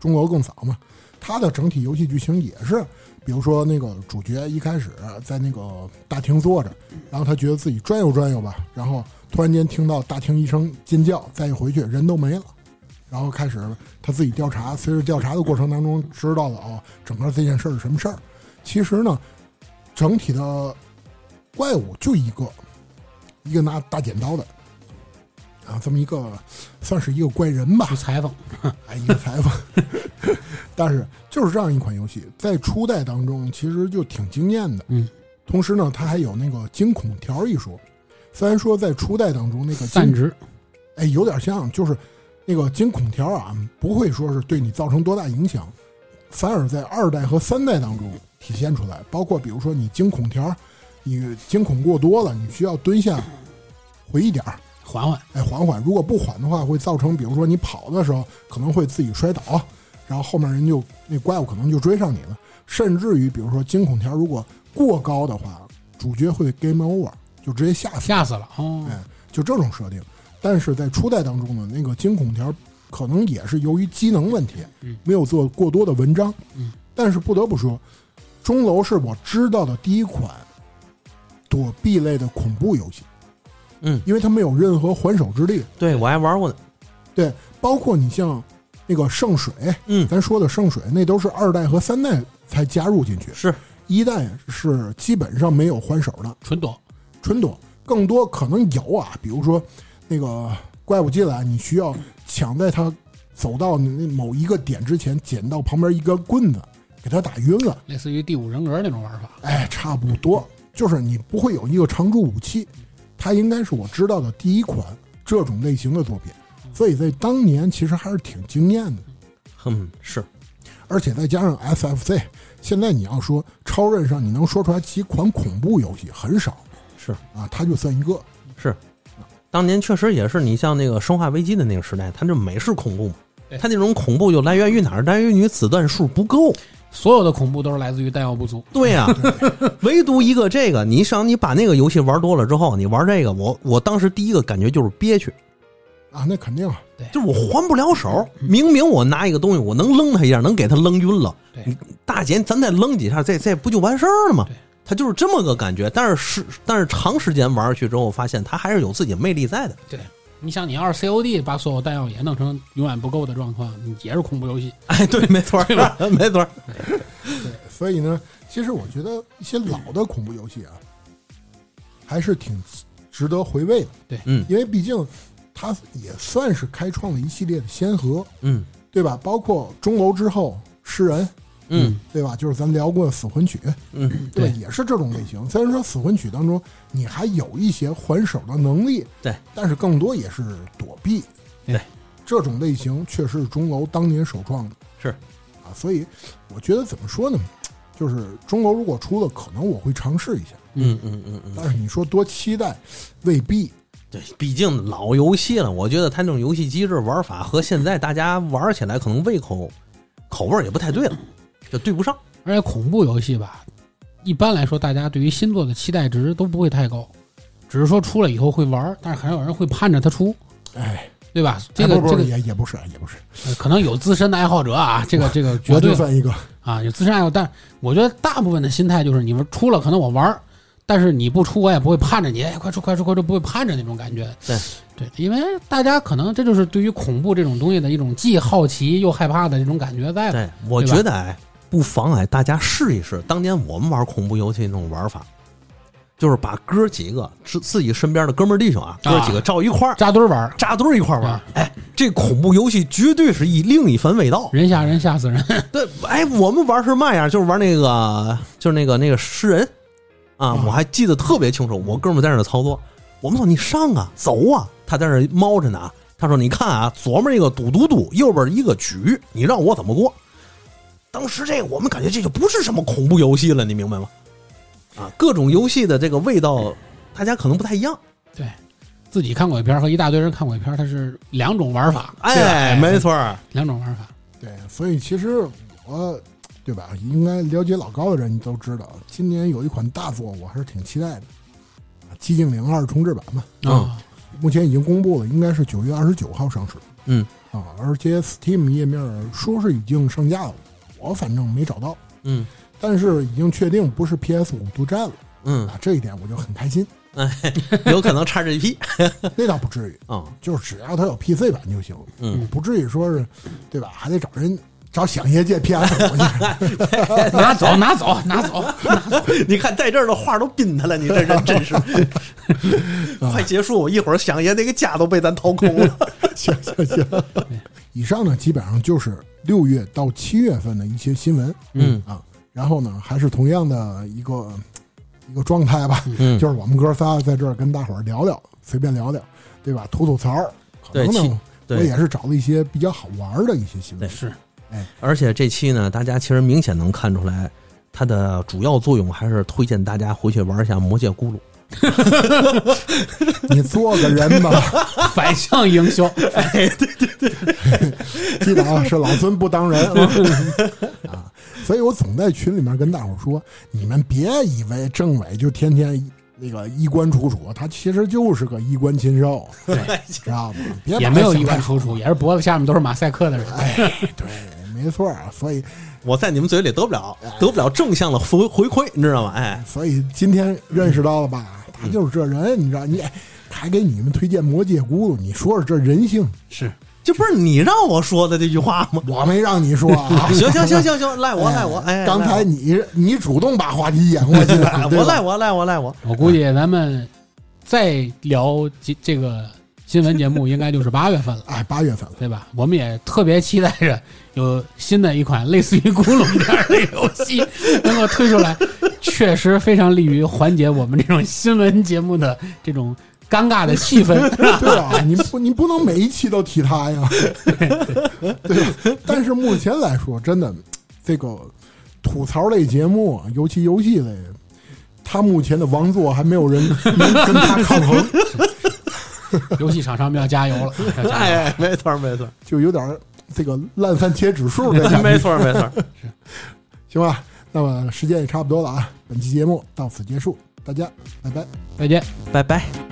Speaker 2: 中国更早嘛。它的整体游戏剧情也是，比如说那个主角一开始在那个大厅坐着，然后他觉得自己转悠转悠吧，然后突然间听到大厅一声尖叫，再一回去人都没了。然后开始他自己调查，随着调查的过程当中，知道了哦，整个这件事儿是什么事儿。其实呢，整体的怪物就一个，一个拿大剪刀的，啊，这么一个算是一个怪人吧
Speaker 3: 去，采访，
Speaker 2: 哎，一个裁缝。 但是就是这样一款游戏，在初代当中其实就挺惊艳的。
Speaker 3: 嗯，
Speaker 2: 同时呢，它还有那个惊恐条一说。虽然说在初代当中那个
Speaker 3: 散
Speaker 2: 惊，
Speaker 3: 值，
Speaker 2: 哎，有点像就是那个惊恐条啊，不会说是对你造成多大影响，反而在二代和三代当中体现出来。包括比如说你惊恐条，你惊恐过多了，你需要蹲下回一点儿，
Speaker 3: 缓缓，
Speaker 2: 哎，缓缓。如果不缓的话，会造成比如说你跑的时候可能会自己摔倒，然后后面人就那怪物可能就追上你了，甚至于比如说惊恐条如果过高的话，主角会 game over，就直接吓死，
Speaker 3: 吓死了哦，
Speaker 2: 哎，就这种设定。但是在初代当中呢，那个惊恐条可能也是由于机能问题
Speaker 3: 嗯，
Speaker 2: 没有做过多的文章。
Speaker 3: 嗯，
Speaker 2: 但是不得不说，钟楼是我知道的第一款躲避类的恐怖游戏。
Speaker 1: 嗯，
Speaker 2: 因为它没有任何还手之力，
Speaker 1: 对我还玩过呢，
Speaker 2: 包括你像那个圣水，
Speaker 1: 嗯
Speaker 2: 咱说的圣水，那都是二代和三代才加入进去，
Speaker 1: 是
Speaker 2: 一代是基本上没有还手的，
Speaker 3: 纯躲，
Speaker 2: 纯躲，更多可能有啊，比如说那个怪物进来，你需要抢在他走到你那某一个点之前，捡到旁边一根棍子，给他打晕了，
Speaker 3: 类似于第五人格那种玩法，
Speaker 2: 哎，差不多，就是你不会有一个常驻武器，它应该是我知道的第一款这种类型的作品，所以在当年其实还是挺惊艳的。
Speaker 1: 嗯是，
Speaker 2: 而且再加上 SFC，现在你要说超任上你能说出来几款恐怖游戏很少，
Speaker 1: 是
Speaker 2: 啊，它就算一个。
Speaker 1: 当年确实也是，你像那个《生化危机》的那个时代，它这美式恐怖嘛
Speaker 3: 对，
Speaker 1: 它那种恐怖就来源于哪儿？来源于子弹数不够。
Speaker 3: 所有的恐怖都是来自于弹药不足，
Speaker 1: 对呀、唯独一个这个，你想你把那个游戏玩多了之后，你玩这个，我我当时第一个感觉就是憋屈，
Speaker 2: 啊，那肯定啊，
Speaker 1: 就是我还不了手。明明我拿一个东西，我能扔他一下，能给他扔晕了。
Speaker 3: 对
Speaker 2: 嗯
Speaker 1: 你大姐，咱再扔几下，这这不就完事儿了吗
Speaker 3: 对？
Speaker 1: 他就是这么个感觉。但是是，但是长时间玩下去之后，发现他还是有自己魅力在的。
Speaker 3: 对。你想，你要是 COD 把所有弹药也弄成永远不够的状况，你也是恐怖游戏。
Speaker 1: 哎，对，没错儿，
Speaker 3: 对吧
Speaker 1: 没错儿。
Speaker 2: 对，所以呢，其实我觉得一些老的恐怖游戏啊，还是挺值得回味的，
Speaker 1: 嗯
Speaker 2: 因为毕竟它也算是开创了一系列的先河，
Speaker 1: 嗯
Speaker 2: 对吧？包括钟楼之后，诗人，
Speaker 1: 嗯
Speaker 2: 对吧？就是咱聊过的《死魂曲》，
Speaker 1: 嗯，
Speaker 2: 对吧，
Speaker 3: 对
Speaker 2: 也是这种类型。虽然说《死魂曲》当中你还有一些还手的能力，
Speaker 1: 对，
Speaker 2: 但是更多也是躲避。
Speaker 1: 对，
Speaker 2: 这种类型确实是钟楼当年首创的。
Speaker 1: 是
Speaker 2: 啊，所以我觉得怎么说呢？就是中国如果出了，可能我会尝试一下。
Speaker 1: 嗯嗯嗯嗯，
Speaker 2: 但是你说多期待，未必。
Speaker 1: 对，毕竟老游戏了，我觉得它那种游戏机制玩法和现在大家玩起来可能胃口口味儿也不太对了，就对不上。
Speaker 3: 而且恐怖游戏吧，一般来说大家对于新作的期待值都不会太高，只是说出了以后会玩儿，但是很少有人会盼着它出，
Speaker 2: 哎，
Speaker 3: 对吧？这个
Speaker 2: 哎不
Speaker 3: 这
Speaker 2: 不
Speaker 3: 个
Speaker 2: 也也不是，也不是，
Speaker 3: 呃可能有资深的爱好者啊，这个这个绝
Speaker 2: 我
Speaker 3: 对
Speaker 2: 就算一个。
Speaker 3: 啊，有资深爱好，但我觉得大部分的心态就是你们出了可能我玩儿，但是你不出我也不会盼着你，哎，快出快出快出，不会盼着那种感觉。
Speaker 1: 对
Speaker 3: 对，因为大家可能这就是对于恐怖这种东西的一种既好奇又害怕的这种感觉在吧。
Speaker 1: 对，我
Speaker 3: 对吧
Speaker 1: 觉得哎，不妨碍大家试一试当年我们玩恐怖游戏那种玩法，就是把哥几个自自己身边的哥们儿弟兄啊，哥几个照一块儿、
Speaker 3: 扎堆儿玩儿，
Speaker 1: 扎堆儿一块儿玩儿
Speaker 3: 啊。
Speaker 1: 哎，这恐怖游戏绝对是一另一番味道。
Speaker 3: 人吓人吓死人。
Speaker 1: 对，哎，我们玩是嘛样？就是玩那个，就是那个那个诗人啊，
Speaker 2: 嗯
Speaker 1: 我还记得特别清楚。我哥们儿在那儿操作，我们说你上啊，走啊，他在那儿猫着呢啊。他说：“你看啊，左边一个嘟嘟嘟，右边一个举，你让我怎么过？”当时这个我们感觉这就不是什么恐怖游戏了，你明白吗？啊，各种游戏的这个味道，大家可能不太一样。
Speaker 3: 对，自己看鬼片儿和一大堆人看鬼片儿，它是两种玩法，对吧
Speaker 1: 哎，没错儿，
Speaker 3: 两种玩法。
Speaker 2: 对，所以其实我，对吧？应该了解老高的人，你都知道，今年有一款大作，我还是挺期待的，啊《寂静岭二》重置版嘛，
Speaker 3: 啊、
Speaker 1: 嗯
Speaker 2: 目前已经公布了，应该是九月二十九号上市
Speaker 1: 嗯
Speaker 2: 啊，而且 Steam 页面说是已经上架了，我反正没找到，
Speaker 1: 嗯
Speaker 2: 但是已经确定不是 PS 五独占了
Speaker 1: 嗯，
Speaker 2: 啊，这一点我就很 开心。
Speaker 1: 哎有可能 XGP
Speaker 2: 那倒不至于，
Speaker 1: 啊，
Speaker 2: 就是只要它有 PC 版就行，
Speaker 1: 嗯，
Speaker 2: 不至于说是，对吧？还得找人找响爷借 PS 五去。
Speaker 3: 拿走拿走拿走。
Speaker 1: 你看在这儿的话都宾他了，你这人真 是。快结束，我一会儿想爷那个家都被咱掏空了。
Speaker 2: 行行行。以上呢，基本上就是六月到七月份的一些新闻
Speaker 1: 嗯
Speaker 2: 啊。然后呢，还是同样的一个一个状态吧，
Speaker 1: 嗯，
Speaker 2: 就是我们哥仨在这儿跟大伙儿聊聊，随便聊聊，对吧？吐吐槽。可
Speaker 1: 对
Speaker 2: 能
Speaker 1: 其
Speaker 2: 呢，我也是找了一些比较好玩儿的一些新
Speaker 1: 对。
Speaker 2: 闻
Speaker 3: 是，
Speaker 1: 而且这期呢，大家其实明显能看出来，它的主要作用还是推荐大家回去玩一下《魔界咕噜》。
Speaker 2: 你做个人吧，
Speaker 3: 反向营销。
Speaker 2: 记得啊，是老孙不当人啊。啊所以我总在群里面跟大伙儿说，你们别以为政委就天天那个衣冠楚楚，他其实就是个衣冠禽兽，知 道吗？别把
Speaker 3: 也
Speaker 2: 他
Speaker 3: 没有
Speaker 2: 想
Speaker 3: 一
Speaker 2: 太
Speaker 3: 贯
Speaker 2: 好
Speaker 3: 输出，也是脖子哎下面都是马赛克的人。
Speaker 2: 对，没错儿。所以，
Speaker 1: 我在你们嘴里得不了，得不了正向的回回馈，你知道吗？哎，
Speaker 2: 所以今天认识到了吧？
Speaker 1: 嗯
Speaker 2: 他就是这人，你知道？你还给你们推荐《魔界咕噜》，你说说这人性，
Speaker 3: 是，
Speaker 1: 这不是你让我说的这句话 吗？
Speaker 2: 我没让你说 啊。
Speaker 1: 行行行行行，赖我
Speaker 2: 哎
Speaker 1: 赖我，哎，
Speaker 2: 刚才
Speaker 1: 赖
Speaker 2: 你你主动把话题演过去
Speaker 1: 我
Speaker 2: 了，对吧
Speaker 1: 赖我赖我赖 我，
Speaker 3: 我估计咱们再聊这这个新闻节目，应该就是八月份了，
Speaker 2: 哎，八月份了。
Speaker 3: 对吧？我们也特别期待着有新的一款类似于《古龙》这样的游戏能够推出来，确实非常利于缓解我们这种新闻节目的这种尴尬的气氛。
Speaker 2: 对啊，你不你不能每一期都提 他呀，对吧？但是目前来说，真的这个吐槽类节目，尤其游戏类，他目前的王座还没有人能跟他抗衡，
Speaker 3: 游戏厂商们要加油了，要加油！
Speaker 1: 哎，没错没错
Speaker 2: 就有点儿这个烂番茄指数的感
Speaker 1: 没
Speaker 2: 觉，
Speaker 1: 错没错，
Speaker 2: 行吧？那么时间也差不多了啊，本期节目到此结束，大家拜拜。
Speaker 3: 再见。
Speaker 1: 拜拜。